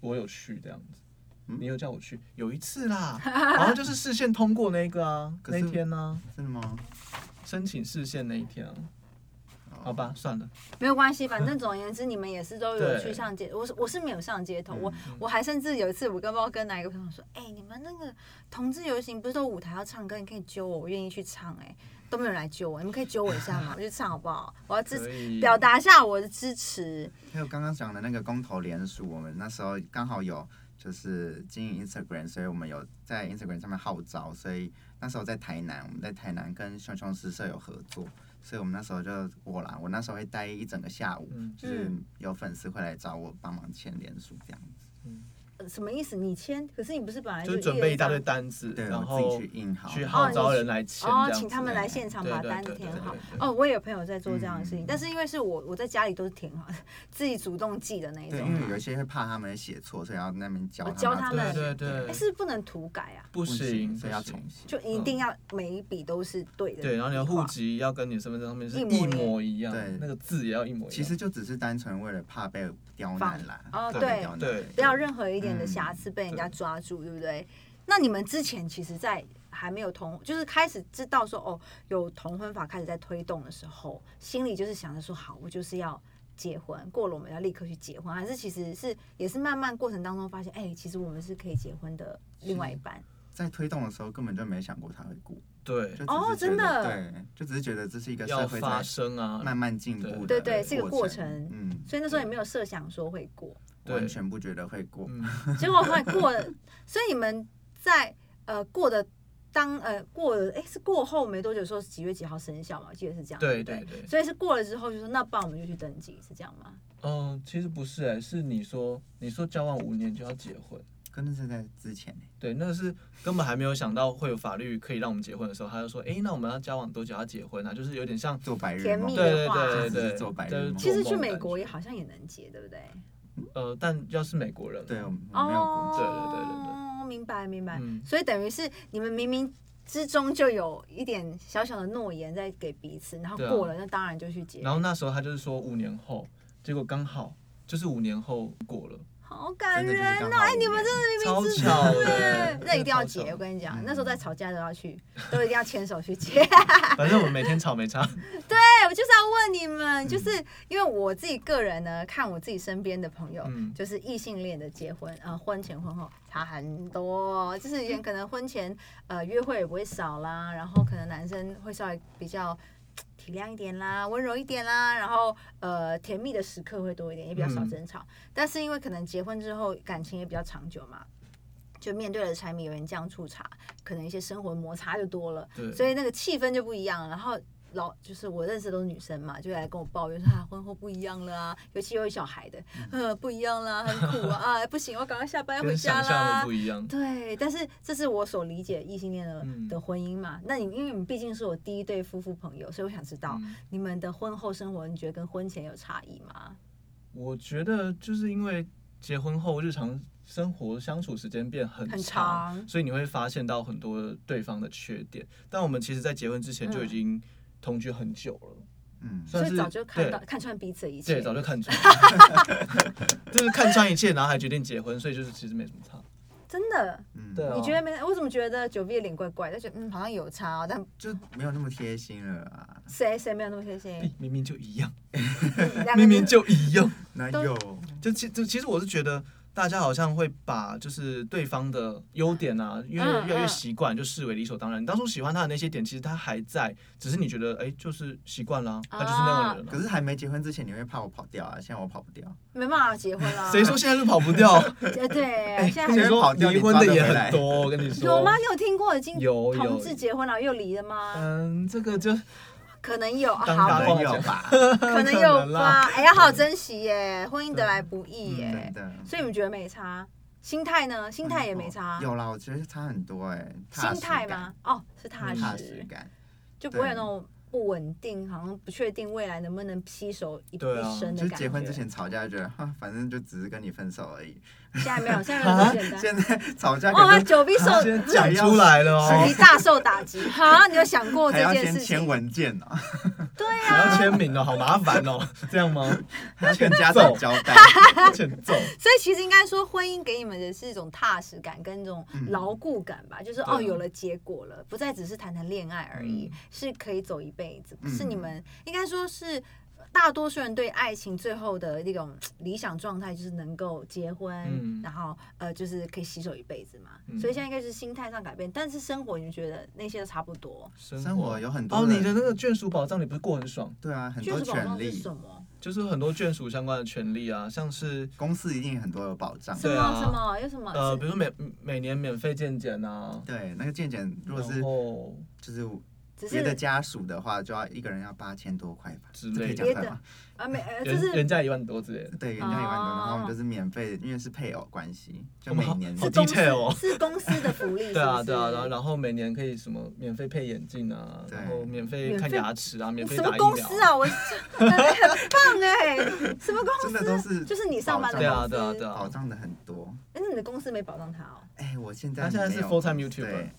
我有去这样子。
嗯
你有叫我去，有一次 啦，然后就是视线通过那个啊，
可
那
是
天呢、
真的吗？
申请视线那一天啊，
哦
好吧，算了，
没 有关系，反正总而言之，你们也是都有
对
去上街。我是我是没有上街头，
嗯
我我还甚至有一次，我跟不知道跟哪一个朋友说，哎、你们那个同志游行不是都舞台要唱歌，你可以揪我，我愿意去唱、哎，都没有人来揪我，你们可以揪我一下嘛，我去唱好不好？我要支
可
持，
以
表达一下我的支持。
还有刚刚讲的那个公投联署，我们那时候刚好有就是经营 Instagram，所以我们有在 Instagram 上面号召，所以那时候在台南，我们在台南跟熊熊诗社有合作，所以我们那时候就我啦，我那时候会待一整个下午，
嗯
就是有粉丝会来找我帮忙签联署这样子，
呃什么意思？你签？可是你不是本来
就
一
是
人
准备一大堆单子，
对
然
我
后
自己去印好
去
哦
号
你
召
去
人来签，
哦
这，样
请他
子哎
们来
对
现场
对
把
对
单
对
填
对
好
对。对
哦，我也有朋友在做这样的事情，
嗯
但是因为是我我在家里都是填好，自己主动记的那一
对，
种
因
嘛。
为有一些会怕他们写错，所以要那边教
哦
他们
教
要
他
怎么
们
写
对对
哎、
对
是不是不能涂改啊？
不
不
行，
所以要
不行
重写。
就一定要每一笔都是对的笔画。
嗯对，然后你的户籍要跟你身份证上面是
一模一
一
样
模一样，
对
那个字也要一模一样。
其实就只是单纯为了怕被刁难啦，
哦
怕被
对
刁难
对
不要任何一点的瑕
嗯
疵被人家
对
抓住，对不对？那你们之前其实，在还没有同，就是开始知道说哦，有同婚法开始在推动的时候，心里就是想着说，好，我就是要结婚，过了我们要立刻去结婚，还是其实是也是慢慢过程当中发现，哎、其实我们是可以结婚的另外一半。
在推动的时候根本就没想过他会过。
对
就只是
哦
觉得
真的
对，就只是觉得这是一个
要
社会
发
在
生啊，
慢慢进步的，
对对是一个过
过
程
嗯，
所以那时候也没有设想说会过，
对
完全不觉得会过，
嗯，
结果后来过了，所以你们在呃过的当呃过了，哎、是过后没多久说几月几号生效嘛？我记得是这样，
对
不
对对。
所以是过了之后就说，那不然我们就去登记，是这样吗？
嗯，其实不是哎、是你说你说交往五年就要结婚，
可能是在之前呢，
对，那是根本还没有想到会有法律可以让我们结婚的时候，他就说，哎、那我们要交往多久要结婚啊？就是有点像，
做白日
甜
梦
蜜，
对对对
话
这只
对
是
对，
做白日
就是
梦
做
其实去
梦
美
感
国
觉
也好像也能结，对不对？
呃，但要是美国人，
对，我们
嗯
我没有
哦，
过，
对对对对
明白明白。
嗯
所以等于是你们明明之中就有一点小小的诺言在给彼此，然后
对啊
过了，那当然就去结。
然后那时候他就是说五年后，结果刚好就是五年后过了，
好感
真的
人
就是
哦！
刚好
哎，你
五
们
年
真的明
超
明知
巧
道
的
哎
真，的
那一定要
超
结。
巧
我跟你讲
嗯，
那时候在吵架都要去，都一定要牵手去 结。
反正我们每天吵没 差，
哎，我就是要问你们，就是因为我自己个人呢，看我自己身边的朋友，
嗯
就是异性恋的结婚，呃，婚前婚后差很多，就是也可能婚前呃约会也不会少啦，然后可能男生会稍微比较。体谅一点啦，温柔一点啦，然后呃，甜蜜的时刻会多一点，也比较少
嗯
争吵。但是因为可能结婚之后感情也比较长久嘛，就面对了柴米油盐酱醋茶，可能一些生活摩擦就多了，
对，
所以那个气氛就不一样了。然后老就是我认识的都是女生嘛，就来跟我抱怨说啊，婚后不一样了啊，尤其有小孩的，呃， 不一样啦，很苦啊， 啊，不行，我赶快下班要
嗯
回
跟
家
想象的
啦
不。一 样，
对，但是这是我所理解异性恋的、
嗯
的婚姻嘛。那你因为你毕竟是我第一对夫妇朋友，所以我想知道、
嗯
你们的婚后生活，你觉得跟婚前有差异吗？
我觉得就是因为结婚后日常生活相处时间变很
很
长，
长
所以你会发现到很多对方的缺点。但我们其实，在结婚之前就已经同居很久了，
嗯，
所
算
以
是
早就看到
对
看穿彼此的一切
对，。早就看穿， 就是看穿一切，然后还决定结婚，所以就是其实没什么差。
真的，
嗯
对啊
你觉得没？我怎么觉得九 B 的脸怪怪？但觉得嗯，好像有差、哦，但
就没有那么贴心了啊，
谁谁没有那么贴心？
哎明明就一样，
嗯两 个
明明
人
就一样。
哪
都
有？
就其就其实我是觉得，大家好像会把就是对方的优点啊，因为
嗯
越来越
嗯
习惯，就视为理所当然。你当初喜欢他的那些点，其实他还在，只是你觉得哎、就是习惯啦，他就是那样的人
可
了。
是还没结婚之前，你会怕我跑掉啊？现在我跑不掉，
没办法结婚啦。
谁说现在就跑不掉？
呃？对，现在
哎跟
很
你
你
多
啊说
说
跑掉
离
你
婚
抓
的
得
也
回来
很多，我跟你说
有吗？你有听过已经
有有
同志结婚了又离的吗？
嗯，这个就
可能有，
当
好
然
可能有 吧？
可能
可
有
能
吧
啦。
哎，要好好珍惜耶，婚姻得来不易耶
真。的。
所以你们觉得没差？心态呢？心态也没差。
嗯
啊
有啦，我觉得差很多哎、踏
心
实
态
感
吗？？哦，是踏
踏实
实，
感，
就不会有
对
那种不稳定，好像不确定未来能不能携手一
对啊
一生
就
的
是
感觉。
结婚之前吵架就觉得，哈，反正就只是跟你分手而已。
现在没有， 现在没有那么简单。
啊 现在吵架
啊哦，他
可能
久必受
先讲出来了
是
哦
你，大受打击。哈，你有想过
还
这
要
件
先
事
签
情？
文件啊呢、
对
还要
啊，
签名哦，好麻烦哦，这样吗？
还要跟家长交 代。
欠 揍。
所以其实应该说，婚姻给你们的是一种踏实感跟这种
嗯
牢固感吧，就是
对啊嗯
哦，有了结果了，不再只是谈谈恋爱而已，是可以走一辈子。
嗯
是你们应该说是。大多数人对爱情最后的那种嘖理想状态就是能够结婚，
嗯
然后呃，就是可以携手一辈子嘛。
嗯
所以现在应该是心态上改变，但是生活你们觉得那些都差不多。
生活有很多
哦，
人
你的那个眷属保障你不是过很爽，
对啊，很
确
多
实，保
权
障是
利
什，么？
就是很多眷属相关的权利啊，像是
公司一定有很多有保障。
什
对
么、
啊
什么有什么？
呃，
是
比如每每年免费健检啊，
对，那个健检如果是
然后
就是
只
别的
是
家属的话，就要一个人要八千多块吧，
之
这可以
类的
讲出来吗？
啊，没，呃就
人
是
人家一万多之类的，
对，原价一万多，然后
哦
我们就是免费，因为是配偶关系，就
我
每
们好
年
好
是
低
公
detail 哦
司 是公司的福利，是 不
对啊
是
对啊，然后然后每年可以什么免费配眼镜啊，
对
然后免费看牙齿啊，免费
什么
打疫
公
苗
司，啊？我 很棒哎，什么公
真的
司？
都是
就是你上班的
对啊对啊
公司
对啊
保，障的很多。
但是你的公司没保障他哦。
哎，我现在
他现在是
没有
full-time
公司
YouTuber
对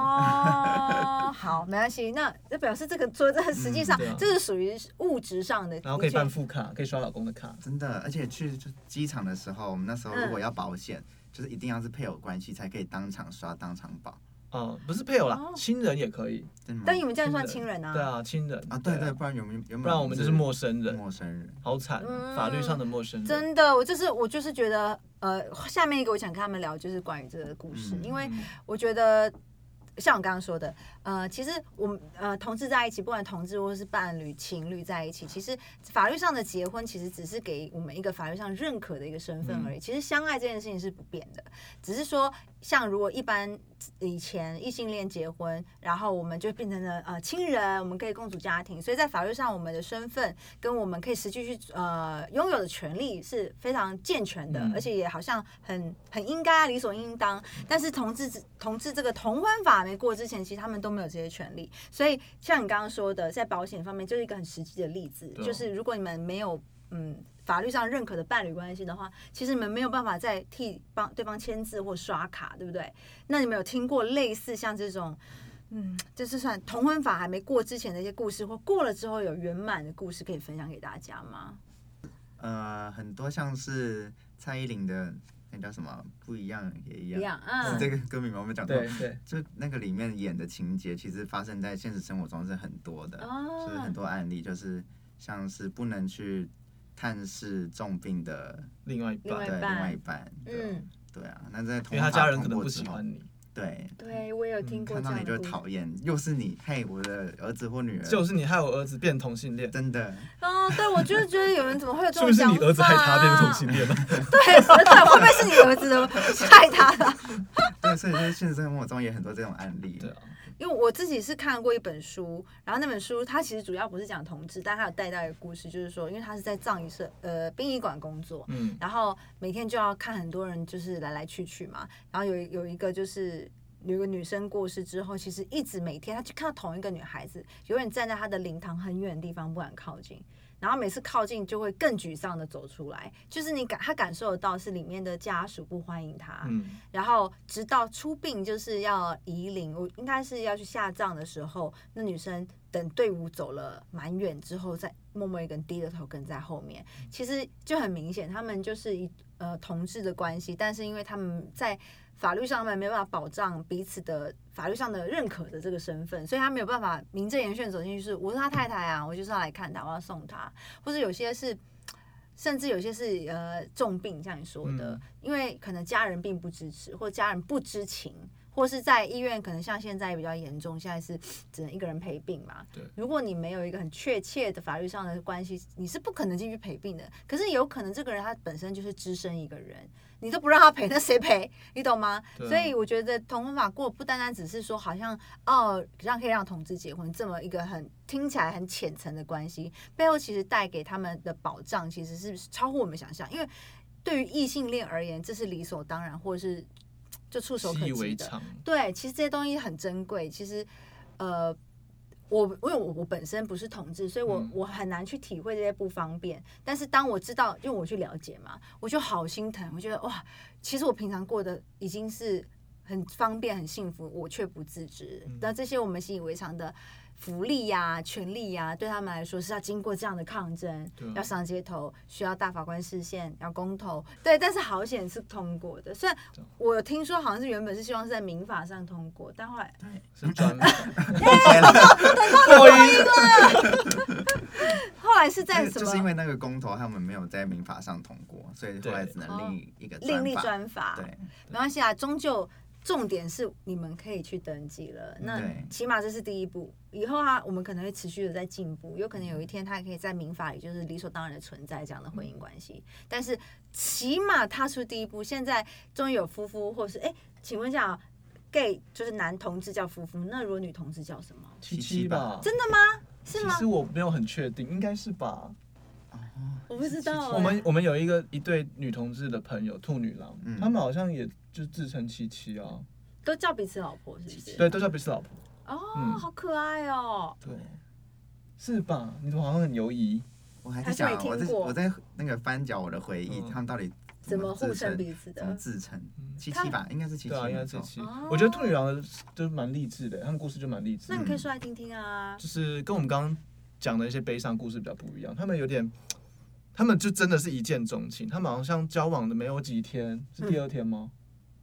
哦，好，没关系。那这表示这个说这实际上
嗯对啊
这是属于物质上的，
然后可以
的确
办副卡，可以刷老公的卡，
真的，而且去就机场的时候，我们那时候
嗯
如果要保险，就是一定要是配偶关系才可以当场刷当场保，
哦，不是配偶啦
哦，
亲人也可以，
真的吗？
但你们这样算亲人啊？
对。啊，亲人
啊，对对，
啊
不然有没有有没有？
不然我们就是陌生人，
陌生人，
好惨
嗯
哦，法律上的陌生人。
真的，我就是我就是觉得，呃，下面一个我想跟他们聊就是关于这个故事，
嗯
因为
嗯
我觉得像我刚刚说的，呃，其实我们呃同志在一起，不管同志或是伴侣、情侣在一起，其实法律上的结婚其实只是给我们一个法律上认可的一个身份而已。其实相爱这件事情是不变的，只是说像如果一般以前异性恋结婚，然后我们就变成了呃亲人，我们可以共组家庭，所以在法律上我们的身份跟我们可以实际去呃拥有的权利是非常健全的，
嗯
而且也好像很很应该啊理所应当。但是同志之同志这个同婚法没过之前，其实他们都没有这些权利。所以像你刚刚说的，在保险方面就是一个很实际的例子，
对啊
就是如果你们没有嗯法律上认可的伴侣关系的话，其实你们没有办法再替帮对方签字或刷卡，对不对？那你们有听过类似像这种？嗯，就是算同婚法还没过之前的一些故事，或过了之后有圆满的故事可以分享给大家吗？
呃，很多像是蔡依林的那叫什么不一样也一
一
样，
样，
是这
嗯，
个歌名吗？我们讲过
对。对，
就那个里面演的情节，其实发生在现实生活中是很多的，
哦
就是很多案例，就是像是不能去探视重病的
另外一
另外
半
一
对
半
另外一半，对
嗯，
对啊，那在
因
同
为他
法
家人
通
可能
过
不
之
喜
后
欢你，
对，
对我也有听过
嗯
这
看到
样
你就
的
会
故事。
讨厌，又是你，嘿，我的儿子或女儿，
就是你害我儿子变同性恋，
真的，
哦，对，我就是觉得有人怎么会有这
是
种
不是
想法、啊？
你儿子害他变同性恋了？
对，对，会不会是你儿子的害他的？
对，所以在现实生活中也很多这种案例，
对啊，
因为我自己是看过一本书，然后那本书它其实主要不是讲同志，但它有带到一个故事，就是说，因为他是在葬仪社呃殡仪馆工作，
嗯，
然后每天就要看很多人就是来来去去嘛，然后有一有一个就是。有一个女生过世之后，其实一直每天，她就看到同一个女孩子，永远站在她的灵堂很远的地方，不敢靠近。然后每次靠近，就会更沮丧的走出来，就是你感她感受得到是里面的家属不欢迎她，
嗯，
然后直到出殡就是要移灵，我应该是要去下葬的时候，那女生等队伍走了蛮远之后，再默默一个人低着头跟在后面。其实就很明显，他们就是一呃同志的关系，但是因为他们在法律上他们没办法保障彼此的法律上的认可的这个身份，所以他没有办法名正言顺走进去是我是他太太啊，我就是要来看他，我要送他，或者有些是。甚至有些是呃重病，像你说的，
嗯
因为可能家人并不支持，或家人不知情，或是在医院可能像现在比较严重，现在是只能一个人陪病嘛。
对
如果你没有一个很确切的法律上的关系，你是不可能进去陪病的。可是有可能这个人他本身就是只身一个人，你都不让他陪，那谁陪？你懂吗？
对啊
所以我觉得同婚法过不单单只是说好像哦，让可以让同志结婚这么一个很听起来很浅层的关系，背后其实带给他们的保障其实是超乎我们想象，因为对于异性恋而言，这是理所当然，或者是就触手可
习以
及
为
的。
常，
对，其实这些东西很珍贵。其实，呃，我因为我我本身不是同志，所以我、
嗯
我很难去体会这些不方便。但是当我知道，因为我去了解嘛，我就好心疼。我觉得哇，其实我平常过得已经是很方便、很幸福，我却不自知
嗯。
那、这些我们习以为常的。福利呀、权利呀、对他们来说是要经过这样的抗争，
对啊
要上街头，需要大法官视线，要公投，对。但是好险是通过的，虽然
啊
我听说好像是原本是希望是在民法上通过，但后来
是专访，
破音，
后来是在什
就是因
么
为那个公投，他们没有在民法上通过，所以后来只能另一个
哦另立
法。
专法？
对，
没关系啊，终究重点是你们可以去登记了。那
对
起码这是第一步，以后啊，我们可能会持续的在进步，有可能有一天它也可以在民法里就是理所当然的存在这样的婚姻关系。但是起码踏出第一步，现在终于有夫妇，或是哎，请问一下啊，gay 就是男同志叫夫妇，那如果女同志叫什么？
七
七
七
吧
吧，
真的吗？是吗
其？实我没有很确定，应该是吧。
我不知道、哎
我们我们有一个一对女同志的朋友，兔女郎，
嗯
他们好像也就自称七七啊，
都叫彼此老婆，是不是？
对，都叫彼此老婆，
哦，
嗯
好可爱哦！
对，是吧？你怎么好像很犹疑？
我还在想
还
啊，
是没
我在
听过
我在那个翻搅我的回忆，
嗯
他们到底
怎么互
自
称
称
彼此的
怎么自称？
嗯
七
他
七吧，应该是七七
对啊，应该
没
是
错。
七
哦。
我觉得兔女郎的就是蛮励志的，他们故事就蛮励志
那你
的，
可以说来听听啊。
就是跟我们刚刚讲的一些悲伤故事比较不一样，他们有点。他们就真的是一见钟情，他们好像交往的没有几天，是第二天吗？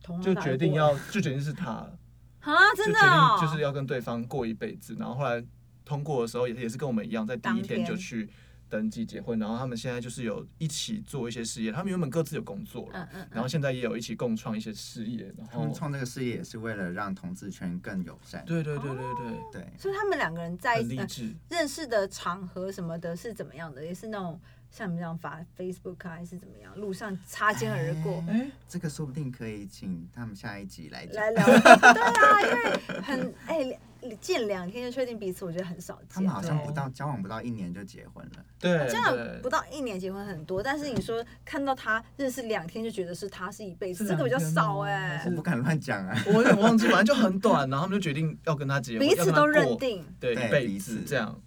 同
就
行
决定要，就决定是他了。
啊，
就
真的
决
哦
定就是要跟对方过一辈子。然后后来通过的时候也也是跟我们一样，在第一
当天
天就去登记结婚。然后他们现在就是有一起做一些事业，他们原本各自有工作了，
嗯嗯
然后现在也有一起共创一些事业。然
他们
后
创这个事业也是为了让同志圈更友善。
哦对对对对对，
对，
所以他们两个人在一
很
起、
励
呃
志。
认识的场合什么的是怎么样的？也是那种像你们这样发 Facebook 啊，还是怎么样？路上擦肩而过。
哎
哎，
这个说不定可以请他们下一集来讲
来。聊，对啊，因为很 哎、见两天就确定彼此，我觉得很少见。
他们好像
对
不到交往不到一年就结婚了，
对，
真的
对
不到一年结婚很多，但是你说看到他认识两天就觉得是他是一辈子，
是
这个比较
两天哦
少
吗
哎、
我不敢乱讲啊。
我有点忘记，反正就很短，然后他们就决定要跟他结婚，
彼
要
此
跟他
都认
过，
定，
对，
对
一辈
彼
子
此
这样。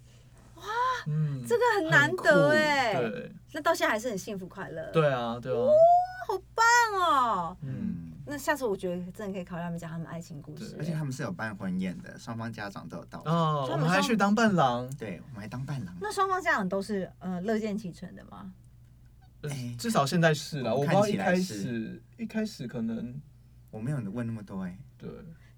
哇，嗯，
这个很难
酷
得哎、
对，
那到现在还是很幸福快乐，，
对啊，对啊，
好棒哦。
嗯，
嗯，
那下次我觉得真的可以考虑他们讲他们的爱情故事、欸
对
而且他们是有办婚宴的，双方家长都有到。
哦，我
他们
们还
像
去当伴郎，
对，我们还当伴郎。
那双方家长都是呃乐见其成的吗？
呃
哎
至少现在是啦，我
我
不知道
们看
一
起来
开
是
始一开始可能
我没有问那么多哎，
对，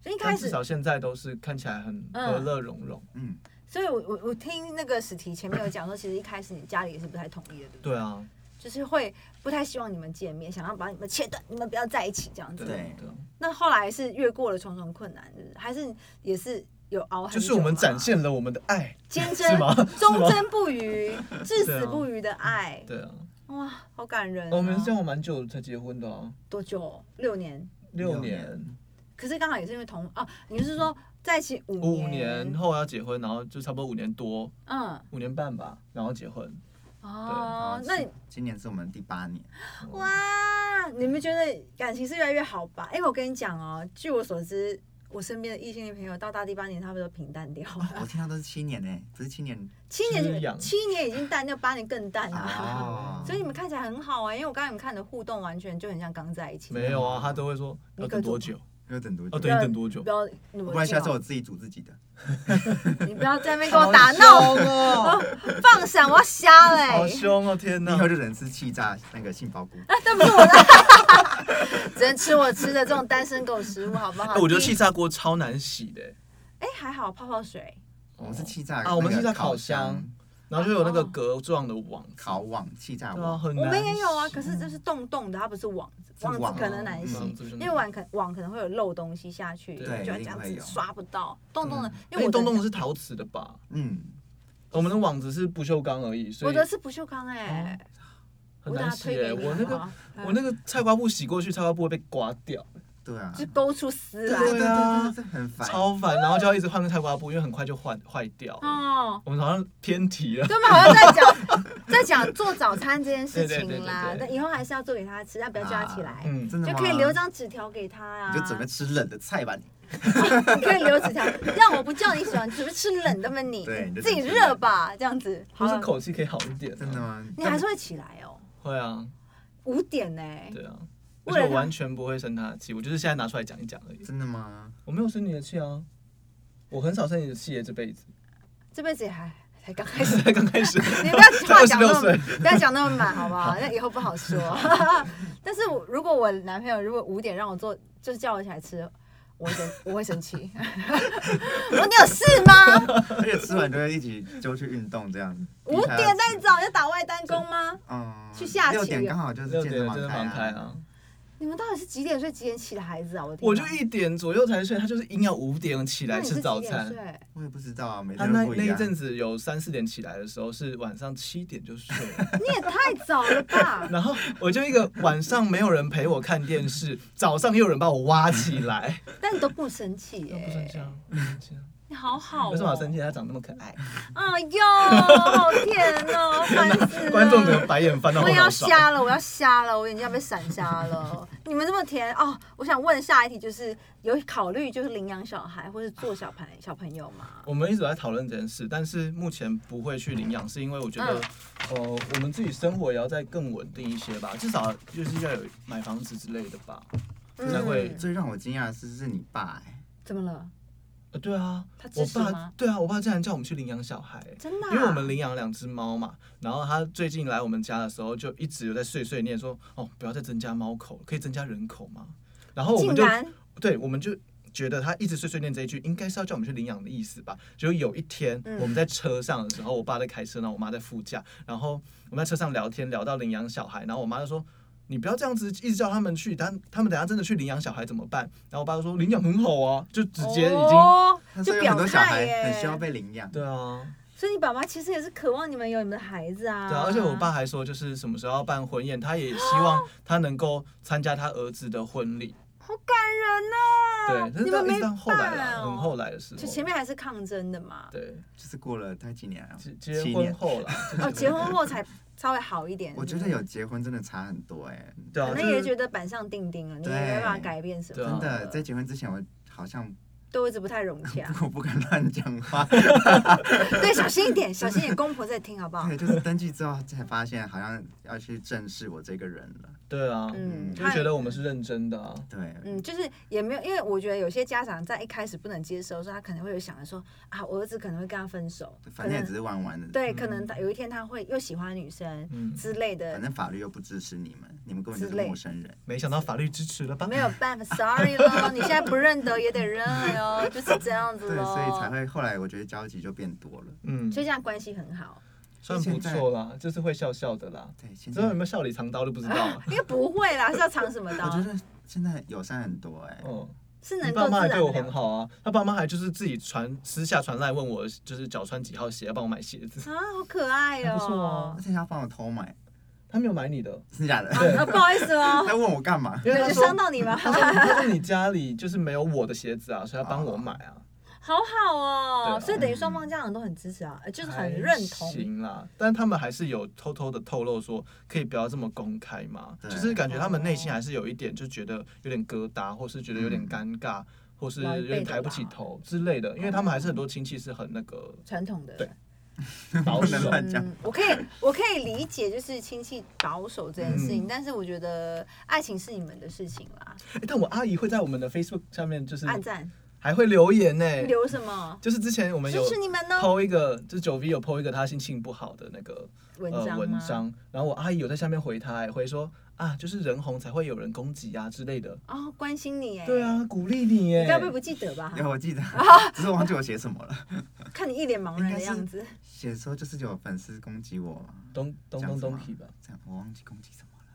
就
但
一开
至
始，
少现在都是看起来很和乐融融。
嗯，
所以我我我听那个史提前面有讲说，其实一开始你家里也是不太同意的，对不对？
对啊，
就是会不太希望你们见面，想要把你们切断，你们不要在一起这样子。
对
对
对啊，
那后来是越过了重重困难，对不对还是也是有熬很久
就
吗
是我们展现了我们的爱，
坚 贞
是吗、啊
忠贞 不渝、至死不渝的爱，
对啊，
哇，好感人、
啊
哦。
我们交往蛮久才结婚的啊，
多久？六年。
六
六
年
年，
可是刚好也是因为同哦、你是说在一起五
五
年
年后要结婚，然后就差不多五年多，
嗯，
五年半吧，然后结婚。
哦，那你
今年是我们第八年，
哇，你们觉得感情是越来越好吧？哎、我跟你讲哦，据我所知，我身边的异性恋朋友到大第八年，他们都平淡掉了，
我听到都是七年哎，不是 七年
七
滋
年就
养
七年已经淡掉，八年更淡啊。
哦。
所以你们看起来很好啊、因为我刚才你们看的互动完全就很像刚在一起。
没有啊，他都会说
你
要
各
等
种
多久，
要等多
要
久
等？
要
你等多久
不。要，你
不
们
然下次我自己煮自己的。
你不要在那边跟我打 闹，哎
哦，
放闪，我要瞎欸嘞、
好凶哦！天
你
哪
以，后就只能吃气炸那个杏鲍菇。
那不是我的， 只能吃我吃的这种单身狗食物，好不好？
哎我觉得气炸锅超难洗的。欸
哎、还好泡泡水，
我们是气炸，
啊我们
那
气炸
个
烤
箱
箱，然后就有那个
哦
格状的网子，
烤网、气炸
对啊，
网，
很
我
难洗。
们也有啊，可是这是洞洞的，它不是网子，
是
网
网
子可能难洗
啊嗯网子，就
因
难
为网可网可能会有漏东西下去，就
对
要这
一定
样
会
子
有
刷不到。洞洞的，因
因
为
为
我的
洞洞是陶瓷的吧？
嗯，
我们的网子是不锈钢而已，所
我
以
的是不锈钢哎，
很
我等
难
下
洗
推
耶。
给你
我
好
那
不
个
好。嗯
我那个菜瓜布洗过去，菜瓜布会被刮掉，
对啊，
就勾出丝
对
来
对对
对啊
对，这很烦。
超烦。然后就要一直换个菜瓜布，因为很快就换坏掉。
哦。
我们好像偏题了。
对，我们好像在讲在讲做早餐这件事情啦
对对对对对，
但以后还是要做给他吃，但不要叫他起来，
嗯，
真的
就
吗
可以留张纸条给他啊。
你就准备吃冷的菜吧，你
你可以留纸条，让我不叫你喜欢，只是吃冷的嘛你，
对你就
自己热吧，这样子。好
就
了
是口气可以好一点啊。
真的吗？
你还是会起来哦，
会啊，
五点呢、
对啊。而
哎为了
且
他
我完全不会生他的气，我就是现在拿出来讲一讲而已。
真的吗？
我没有生你的气啊，我很少生你的气耶，这辈子
这辈子也还才刚开始。
才刚开 始。
你不要 话讲那
26岁
么，不要讲那么满，好不 好？那以后不好说。但是我如果我男朋友如果五点让我做，就是叫我起来吃，我会生我会生气。 我说你有事 吗？
而且吃完就会一起就去运动这样子。
五点再早要打外单工吗？
嗯，
去下棋
六点刚好就是
六
健
点
身
了
房
真的放
开
开
啊，
啊！
你们到底是几点睡几点起的孩子啊？我的天
我
哪
就一点左右才睡，他就是硬要五点起
那
来
你是
吃早
几点
餐。
睡？
我也不知道啊，每
他
天
那
都不
那
一
一
样。
阵子有三四点起来的时候是晚上七点就睡了，！
你也太早了吧
然后我就一个晚上没有人陪我看电视， 早上又有人把我挖起来，
但你都不生气 耶、
我不生气啊，不生气啊，
你好好、哦。
有什么好生气？他长那么可爱，
哎呦，好甜 哦，烦死了！
观众怎么白眼翻到
我也
后脑
要
勺？
瞎了，我要瞎了，我眼睛要被闪瞎了。你们这么甜哦，我想问下一题，就是有考虑就是领养小孩或是做小朋小朋友吗？
我们一直在讨论这件事，但是目前不会去领养，是因为我觉得，
嗯
呃，我们自己生活也要再更稳定一些吧，至少就是要有买房子之类的吧。才会
嗯、
最让我惊讶的是，是你爸哎、
怎么了？
呃，对啊
他，支
我
持
爸
吗
对啊，我爸竟然叫我们去领养小孩、
真的啊、
因为我们领养两只猫嘛，然后他最近来我们家的时候，就一直有在碎碎念说，哦，不要再增加猫口，可以增加人口吗？然后我
竟
们就
然
对，我们就觉得他一直碎碎念这一句，应该是要叫我们去领养的意思吧。就有一天
嗯
我们在车上的时候，我爸在开车，然后我妈在副驾，然后我们在车上聊天，聊到领养小孩，然后我妈就说。你不要这样子，一直叫他们去，但他们等下真的去领养小孩怎么办？然后我爸就说领养很好啊，就直接已经、
哦
他
就
说有
表
很多小
态
孩
耶
很需要被领养。
欸对啊，
所以你爸妈其实也是渴望你们有你们的孩子啊。
对啊，而且我爸还说，就是什么时候要办婚宴，他也希望他能够参加他儿子的婚礼。
好感人呐、
对，但
啊你
是到
们没
一到后来
办
啦，
哦
很后来的时候，
就前面还是抗争的嘛。
对
就是过了大概几年啊，
结
七
结婚
年
后啦，就
哦，
是
结婚后才稍微好一点。嗯
我觉得有结婚真的差很多哎、
对啊，
可
就
能
是
也觉得板上钉钉了，你也
对
没办法改变什
对
么，
啊
真的，在结婚之前我好像
都一直不太融洽。
我不敢乱 讲话，
对，小心一点，小心一点，公婆在听好不好？
对，就是登记之后才发现好像要去正视我这个人了，
对啊，
嗯，
就觉得我们是认真的啊。
对，
嗯，就是也没有，因为我觉得有些家长在一开始不能接受的时候，他可能会有想着说啊，我儿子可能会跟他分手，可
反正也只
能
是玩玩的，，
对，可能他有一天他会又喜欢女生
嗯
之类
反
的，
正法律又不支持你们，你们根本就
之
是
类
陌生人，
没想到法律支持了吧？
没有办法，sorry 咯，你现在不认得也得认啊了哟，就是这样子
对，
咯。
所以才会后来我觉得交集就变多了，
嗯，
所以这样关系很好，
算不错啦，就是会笑笑的啦。
对，现
之后
在
有没有笑里藏刀就不知道啊 了。
因为不会啦，是要藏什么
我觉
刀？啊
得现在友善很多哎、
嗯，
是
你
能够
爸
自
妈还
然
对
的
我很好啊，他爸妈还就是自己传私下传来问我，就是脚穿几号鞋，要帮我买鞋子。
啊，好可爱哦、
还不错啊
而且他帮我偷买，
他没有买你 的，
真的假的？
对
啊，不好意思哦、
他问我干嘛？
因为他
有
说
伤到你吗？
他说他说你家里就是没有我的鞋子啊，所以他帮我买啊，
好好哦、
对啊
所以等于双方家长都很支持啊，呃就是很
还
认同。
行啦，但他们还是有偷偷的透露说，可以不要这么公开嘛，
对
就是感觉他们内
哦
心还是有一点就觉得有点疙瘩，或是觉得有
嗯
点尴尬，或是有点抬不起头之类的，因为他们还是很多亲戚是很那个
传统的，嗯
对保
不
守
能。乱讲。，
我可以，我可以理解，就是亲戚保守这件
嗯
事情，但是我觉得爱情是你们的事情啦，
诶但我阿姨会在我们的 Facebook 下面就是
暗赞，
还会留言呢、
留什么？
就是之前我们
支
有
持你们呢？哦
PO 一个，就是九 V 有 PO 一个他心情不好的那个
文
呃
章
文
吗？
章，然后我阿姨有在下面回他、欸，回说啊，就是人红才会有人攻击啊之类的。
哦，关心你哎。
对，啊，鼓励你耶、
你该不会不记得吧？
有我记得，
啊
只是我忘记我写什么了。
看你一脸茫然的样子，
写说就是有粉丝攻击我嘛，
咚咚
这样
咚
子
咚
吗
key 吧？
这样我忘记攻击什么了，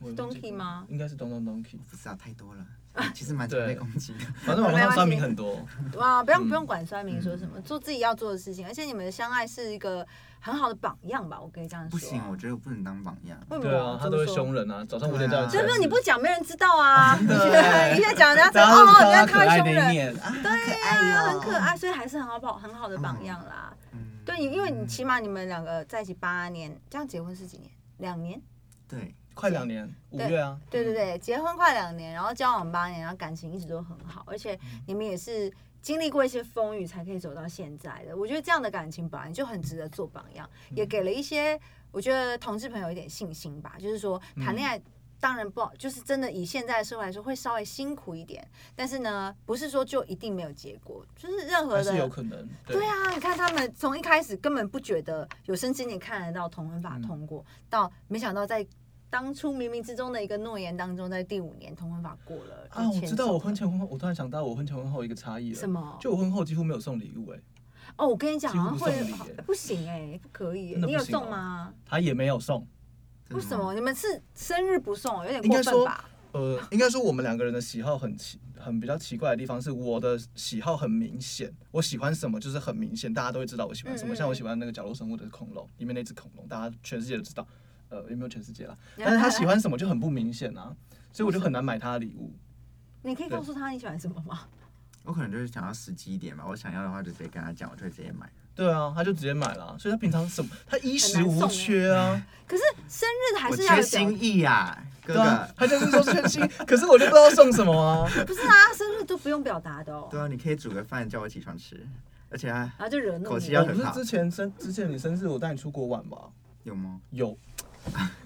我也忘记
Donkey 吗？
应该是咚咚咚 key，
我不知道太多了。
啊
其实蛮常
对
被攻击的，
反正网络上酸民很多。
哇，不用
嗯
不用管酸民说什么，做自己要做的事情，而且你们的相爱是一个很好的榜样吧？我可以这样
不
说。
行，我觉得我不能当榜样。
为什么？
对啊，他都会凶
人。
人啊，早上五点叫你起
对
来
不
吃
对？你不讲，没人知道啊！你
的
现在讲人家才
大家都看到他
哦，原来
可
他
爱
会凶
的一
人。
面啊，
对呀、很可爱，所以还是很好保很好的榜样啦。
嗯，
对，因为你起码你们两个在一起八年，这样结婚是几年？两年？
对，
快两年，五
对
月啊，
对对对，结婚快两年，然后交往八年，然后感情一直都很好，而且
嗯
你们也是经历过一些风雨才可以走到现在的。我觉得这样的感情本来就很值得做榜样，
嗯
也给了一些我觉得同志朋友一点信心吧，就是说谈
嗯
恋爱。当然不好，就是真的以现在的社会来说，会稍微辛苦一点。但是呢，不是说就一定没有结果，就是任何
还
的
是有可能。
对，啊，你看他们从一开始根本不觉得有生之年看得到同婚
嗯
法通过，到没想到在当初冥冥之中的一个诺言当中，在第五年同婚法过了
啊，我
就
知
牵
道
手
我婚前婚后，我突然想到我婚前婚后一个差异了。
什？么？
就我婚后几乎没有送礼物哎、
哦，我跟你讲，
几乎
好像
不
会
送礼
好
耶
不行哎，不可以耶，
真的
你
不
有
行
送
哦
吗？
他也没有送。
真
为
的
什么
吗？
你们是生日不送，有点
应
过
该
分
说
吧？
呃，应该说我们两个人的喜好很奇，很比较奇怪的地方是，我的喜好很明显，我喜欢什么就是很明显，大家都会知道我喜欢什么。
嗯嗯
像我
嗯
喜欢那个角落生物的恐龙，里面那只恐龙，大家全世界都知道，呃，也没有全世界啦，但是他喜欢什么就很不明显啊，所以我就很难买他的礼物。
你可以
对
告诉他你喜欢什么吗？
我可能就是想要实际一点吧。我想要的话就直接跟他讲，我就会直接买。
对啊，他就直接买了啊、所以他平常什么，他衣食
很难
无
送
缺啊，
可是生日还
我
是要
缺
有表
心意呀，哥
对啊
哥，。
他就是说缺心，可是我就不知道送什么啊。
不是啊，生日都不用表达的哦，
对啊，你可以煮个饭叫我起床吃，而且还
然后就惹怒
口气
你
要
我
了。
不
很
是
好
之前生之前你生日我带你出国玩吧？
有吗？
有，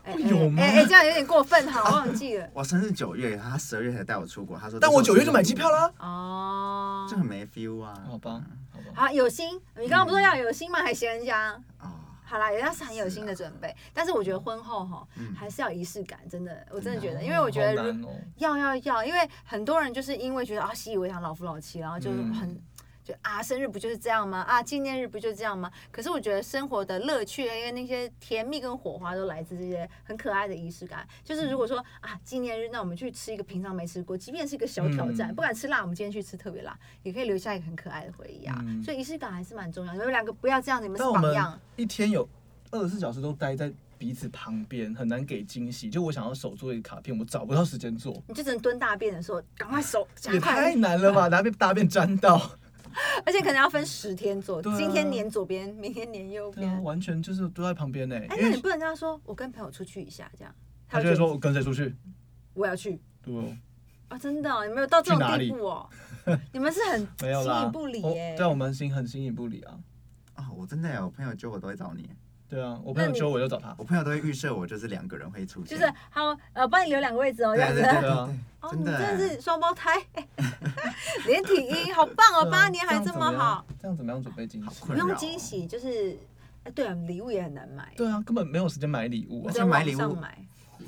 哎
不有吗
哎哎，这样有点过分，好，忘记了。
我生日九月，他十二月才带我出国，他说，
但我九月就买机票，啦。
哦，
就很嗯没 feel 啊。
好吧，好吧。
好有心，你刚刚不是说要有心吗？还嫌人家？
啊，
好啦，人家是很有心的准备，但是我觉得婚后哈
嗯，
还是要仪式感，真的，我真的觉
哦
得，因为我觉得
好
如
难哦
要要要，因为很多人就是因为觉得啊习以为常，老夫老妻，然后就是
嗯
很。就啊，生日不就是这样吗？啊，纪念日不就这样吗？可是我觉得生活的乐趣跟那些甜蜜跟火花都来自这些很可爱的仪式感。就是如果说
嗯
啊，纪念日，那我们去吃一个平常没吃过，即便是一个小挑战，
嗯
不敢吃辣，我们今天去吃特别辣，也可以留下一个很可爱的回忆啊。
嗯
所以仪式感还是蛮重要的。你们两个不要这样，你们是
但我
榜
们
样。
一天有二十四小时都待在彼此旁边，很难给惊喜。就我想要手做一个卡片，我找不到时间做，
你就只能蹲大便的时候，赶快手加
也
快啊
太，难了吧？大便大便沾到，
而且可能要分十天做，
对啊
今天粘左边，明天粘右
对
边
啊，。完全就是都在旁边呢、
哎、
因
那你
为
不能跟他说，我跟朋友出去一下，这样，
他就
就
会说我跟谁出去，
我要去
对哦，
啊、真的哦、你没有到这
去
种
哪
地
里
步哦，你们是很
没有
形
啦
影，不离
我
耶、
对啊，我们心很形影不离啊。
啊，我真的有朋友揪我都会找你，
对啊，我朋友
那你哦
揪我就找他
我，朋友都会预设我就是两个人会出
就
现，
是好，呃，帮你留两个位置哦，
对
这样子。
对对
对啊
对
哦，
对，
你
真
真的
的
是双胞胎，哎 连体婴，好棒哦！
对啊
八年还
这
这
样
么好，
怎么样，这样怎么样准备惊
好
喜？
不
困扰哦。
用惊喜，就是，哎，对啊，礼物也很难买，
对啊，根本没有时间买礼物啊
而
只
且。
能
买
网
礼物
上买。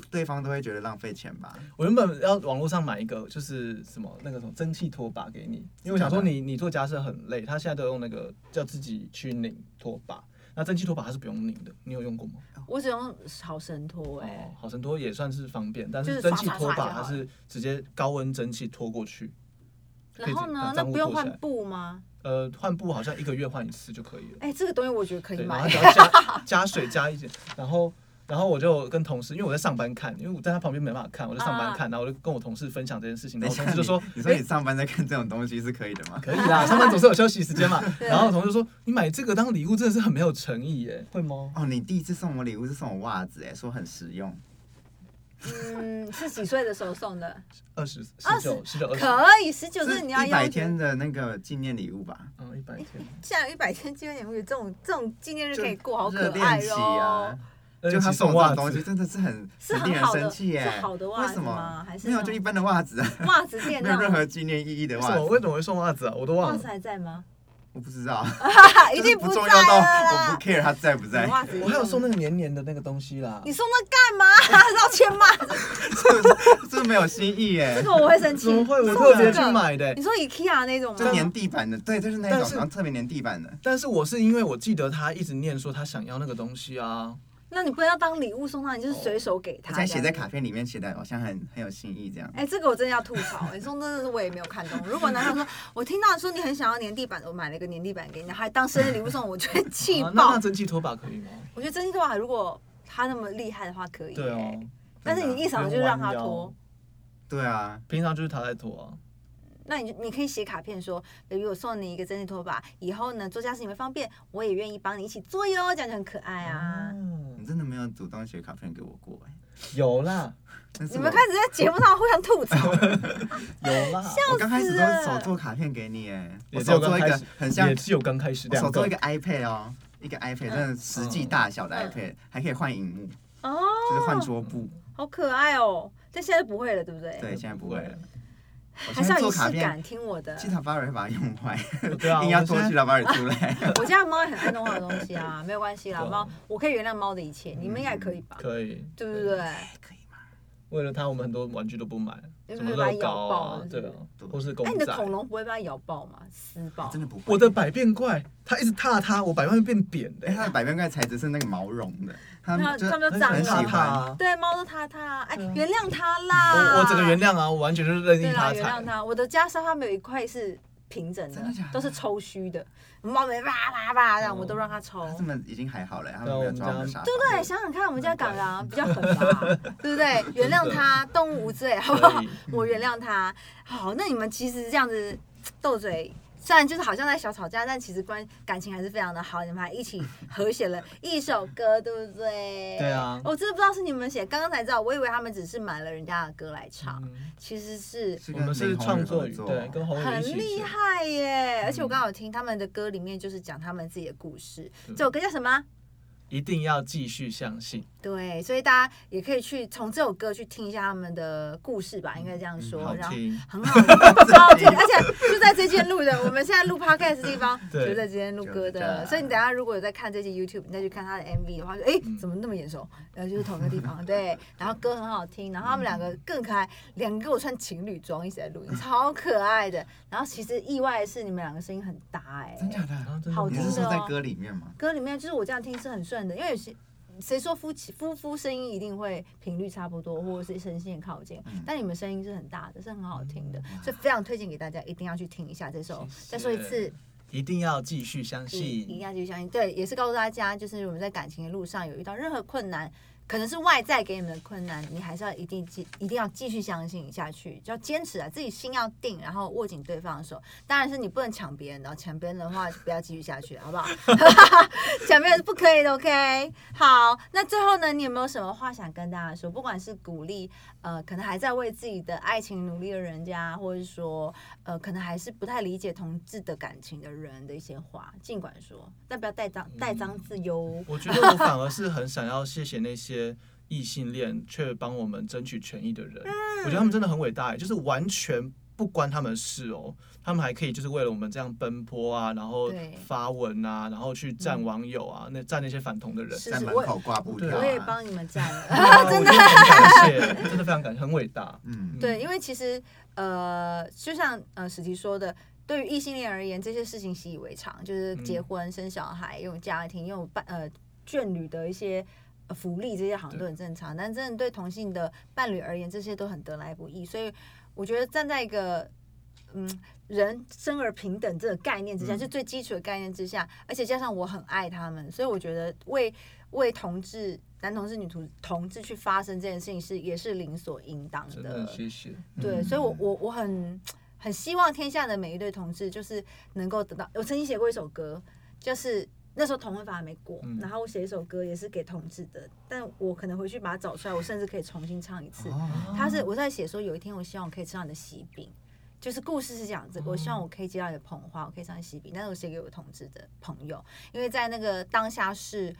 对方都会觉得浪费钱吧？
我原本要网络上买一个，就是什么那个什么蒸汽拖把给你，因为我想说你你做家事很累，他现在都用那个叫自己去拧拖把，那蒸汽拖把它是不用拧的，你有用过吗？
我只用好神拖，哎
哦，，好神拖也算是方便，但
就是是
蒸
刷
汽
刷
拖
刷就
把
好
它是直接高温蒸汽拖过去，可以
然后
直接
呢
把，
那
脏污
不用
拖起
换
来
布吗？
呃，换布好像一个月换一次就可以了。
哎，这个东西我觉得可以
对，然啊后
买
只。要加加水加一点，然后然后我就跟同事，因为我在上班看，因为我在他旁边没办法看，我在上
啊
班看，然后我就跟我同事分享这件事情，然
等一
后我
下
同事就
你
说，
你说
哎
你上班在看这种东西是可以的吗？
可以 啦，上班总是有休息时间嘛。
对
然后我同事说，你买这个当礼物真的是很没有诚意耶，会吗？
哦，你第一次送我礼物是送我袜子，哎，说很实用。
嗯，是几岁的时候送的？
二十、
二
十
十
九、十九、二十，
可以，十九
是
岁你要
一
要
百
求。
天的那个纪念礼物吧？
嗯， 一百天。
现在有一百天纪念日，这种这种纪念日
就
可以过，好可
热
爱
恋期
哦
啊。
呃
就他送我这种东西，真的是很
是
很
很
令人
好
生
的，
气耶
是。好的袜
为
子
什
吗
么？？
还是
没有
那
就
种
一般的袜 子啊，
袜子店
没
那
有任
种
何纪念意义的
为什
袜
么
子，
为什么会送袜子啊？我都
袜
忘
子
了。
还在 吗？
我不知道，
啊哈，一
就是
定
不
在
重
了
要到我
啦
不。care 它在不在，
袜子，
我还有送那个黏黏的那个东西啦
你。送那干嘛？绕圈吗？
这没有新意耶
这。个我会生气。
怎么会？我
送
特别
这
去
个
买的欸、
你说 IKEA 那种
就
吗？
粘地板的，对，就是那
但
种，
是
然后特别粘地板的。
但是我是因为我记得他一直念说他想要那个东西啊，
那你不要当礼物送他，你就是随手给他这
而且
样。
写哦在卡片里面写的，好像很很有新意这样。
哎、这个我真的要吐槽、哎，送真的是我也没有看懂。如果男朋友说， 我听到说你很想要粘地板，我买了一个粘地板给你，还当生日礼物送，我就会气
哦
啊那
爆。
那蒸汽拖把可以吗？
我觉得真心话，如果他那么厉害的话，可以、
啊
对
哎
哦，
但是
真的
你一扫就让他拖，，
对啊，
平常就是他在拖啊。
那你就你可以写卡片说，baby，我送你一个蒸汽拖把，以后呢做家事你们方便，我也愿意帮你一起做哟，这样就很可爱啊。
嗯
你真的没有主动写卡片给我过哎。
有啦，
但是
你
我
们开始在节目上互相吐槽，
嗯
有啦，
我刚开始都
了
是手做卡片给你哎，
也
我
只有
手
刚
做一
开
个
始，
很像
也只有刚开始
我
两
手做一
个嗯
个 iPad 哦，一个 iPad 真的实际大小的
嗯
iPad，还可以换荧幕，
哦，
就是换桌布。
好可爱哦。但现在不会了，对不
哦
对？
对，现在不会了。
还
我现
是
在
要仪
做
式
卡
感，
片，
听我的。
七塔巴尔会把它用坏，
对啊，
硬要
我
拖
现在
七塔巴尔出 来。
我家的猫也很爱弄坏的东 西啊，没有关系啦，
对啊
猫我可以原谅猫的一切，你们应该也可以吧？
可以，
对不对？
嗯可以吗？
为了他，我们很多玩具都不买，
因为
什么
怕它
乐
咬
高
爆
啊
了，
对
是
啊
不，
或是公
哎，你的
仔。
恐龙不会把它咬爆吗？撕爆？
哎真的不会。
我的百变怪，它一直踏它，我百变怪变扁的
哎，，它的百变怪材质是那个毛绒的，它
那
们就
它们就脏啊
很
很喜
喜
了。
欢
欢。
对，猫都塌塌，哎，
对
嗯
啊
原谅它啦。
我我整个原。谅啊，我完全就是任
对
意
啦，
它
原谅
踩。
它。我的家沙发没有一块是平整的
真的假，的
都是抽虚的，猫没叭叭叭这样，
哦
我都让它抽。
它们已经还好了，它
对啊
们没
我
有
们
抓我
家
们的沙发。
对不对？想想看，我们家港
嗯
狼比较狠吧， 对不对？原谅它，动物无罪，好不好
可以？
我原谅他。好，那你们其实这样子斗嘴，虽然就是好像在小吵架，但其实关感情还是非常的好。你们还一起合写了一首歌，对不对？
对啊
我真的不知道是你们写，刚刚才知道，我以为他们只是买了人家的歌来唱，
嗯哦
其实是。
是
我
跟
们是
林鸿
创
宇
作
合
与
作，
对，跟红宇
很
一起
厉
写
害耶！
嗯
而且我刚好有听他们的歌，里面就是讲他们自己的故事。
对
这首歌叫什么？啊
一定要继续相信。
对，所以大家也可以去从这首歌去听一下他们的故事吧，应该这样说。
嗯好
然后
听，
很好听，很好听，而且就在这间录的。我们现在录 podcast 的地方，
对
就在这间录歌
就在
的。所以你等一下如果有在看这些 YouTube，你再去看他的 MV 的话，就哎、诶怎么那么眼熟？然后就是同一个地方，对。然后歌很好听，然后他们两个更可爱，两个给我穿情侣装一起来录音，超可爱的。然后其实意外的是，你们两个声音很搭哎、
真假的？
啊真的
好
吗
你
听
是
的
说在
哦
歌里面吗？
歌里面就是我这样听是很顺的，因为有些谁说夫妻夫妇声音一定会频率差不多，或者是声线靠近，
嗯
但你们声音是很大的，是很好听的，
嗯
所以非常推荐给大家，一定要去听一下这首。
谢谢
再说一次，
一定要继续相
一一定
信。
要去相信。对，也是告诉大家，就是我们在感情的路上有遇到任何困难。可能是外在给你们的困难，你还是要一定继一定要继续相信下去，就要坚持啊，自己心要定，然后握紧对方的手。当然是你不能抢别人的哦，抢别人的话就不要继续下去，好不 好？ 小朋友是不可以的，OK？好，那最后呢，你有没有什么话想跟大家说？不管是鼓励，呃，可能还在为自己的爱情努力的人家，或者是说，呃，可能还是不太理解同志的感情的人的一些话，尽管说，但不要带脏带脏字哟。
我觉得我反而是很想要谢谢那些异性恋却帮我们争取权益的人，
嗯
我觉得他们真的很伟大，欸就是完全不关他们事哦，他们还可以就是为了我们这样奔波啊，然后
对嗯
发文啊，然后去站网友啊，那站那些反同的人，
是
在
是
门
我
口挂布条啊。
我也帮你们站了。
啊 我真的很感谢，真的非常感谢，很伟 大。
嗯，
对，因为其实呃，就像呃史提说的，对于异性恋而言，这些事情习以为常，就是结
嗯
婚、生小孩、拥有家庭、拥有伴呃眷侣的一些。呃福利这些好像都
对
很正常，但真的对同性的伴侣而言，这些都很得来不易。所以我觉得站在一个嗯人生而平等这个概念之下，
嗯
就最基础的概念之下，而且加上我很爱他们，所以我觉得为为同志、男同志、女同同志去发生这件事情是也是理所应当
真的很谢谢，
对，
嗯
所以我我我很很希望天下的每一对同志就是能够得到。我曾经写过一首歌，就是那时候同婚法还没过，
嗯
然后我写一首歌也是给同志的，但我可能回去把它找出来，我甚至可以重新唱一次。
哦
他是我在写说，有一天我希望我可以吃到你的喜饼，就是故事是讲这个，我希
哦
望我可以接到你的捧花，我可以吃到你的喜饼，但是我写给我同志的朋友，因为在那个当下是。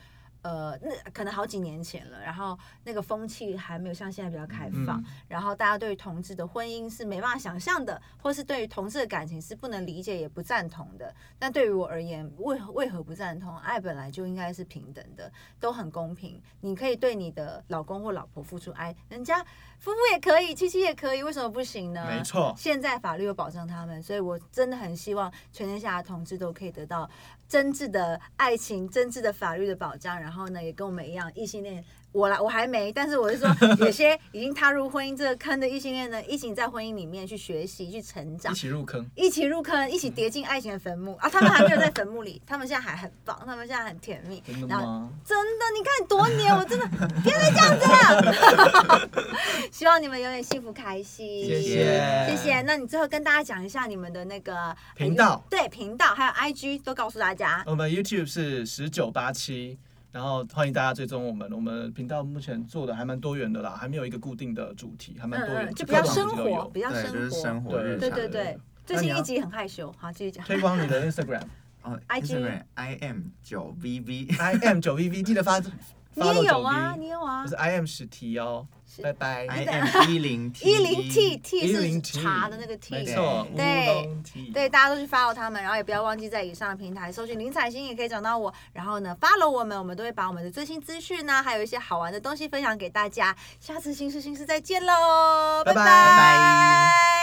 呃，那可能好几年前了，然后那个风气还没有像现在比较开
嗯
嗯
放，然后大家对于同志的婚姻是没办法想象的，或是对于同志的感情是不能理解也不赞同的。但对于我而言，为何为何不赞同？爱本来就应该是平等的，都很公平。你可以对你的老公或老婆付出爱，人家夫妇也可以，妻妻也可以，为什么不行呢？
没错
现在法律有保障他们，所以我真的很希望全天下的同志都可以得到真挚的爱情、真挚的法律的保障。然后呢，也跟我们一样，异性恋我啦，我还没，但是我是说， 有些已经踏入婚姻这个坑的异性恋呢，一起在婚姻里面去学习、去成长
一。起入坑。
一起入坑，一起跌进爱情的坟墓 啊！他们还没有在坟墓里，他们现在还很棒，他们现在很甜蜜。
真的
然后
吗？
真的，你看多黏，我真的不要再这样 子了。希望你们永远幸福开心，
谢
谢
谢谢。那你最后跟大家讲一下你们的那个
嗯
呃
频道，
对频道还有 IG 都告诉大家。
我们 YouTube 是十九八七，然后欢迎大家追踪我们。我们频道目前做的还蛮多元的啦，还没有一个固定的主题，还蛮多元的，
嗯呃就比
各
较
种
生
主题都
活，
有。
比较
对，就是
生
生
活。
活日常。
对对对，最
那你
近
要
一集很害羞，好，继续讲。
推广你的 Instagram，I
哦
IG
，Instagram I am 九 V V。
am 九 V V，记得发
你
发了
也有
九
啊，你
V，
也有啊
我是。I am 十 T 哦，拜拜。
I M 一零 T
一零 T T
一零
是
T
茶的那个 T，
没错，乌
对
龙 T，
对，大家都去 follow 他们，然后也不要忘记在以上的平台搜寻林采欣，也可以找到我。然后呢，follow 我们，我们都会把我们的最新资讯呢、还有一些好玩的东西分享给大家。下次新事新事再见喽，
拜
拜
拜
拜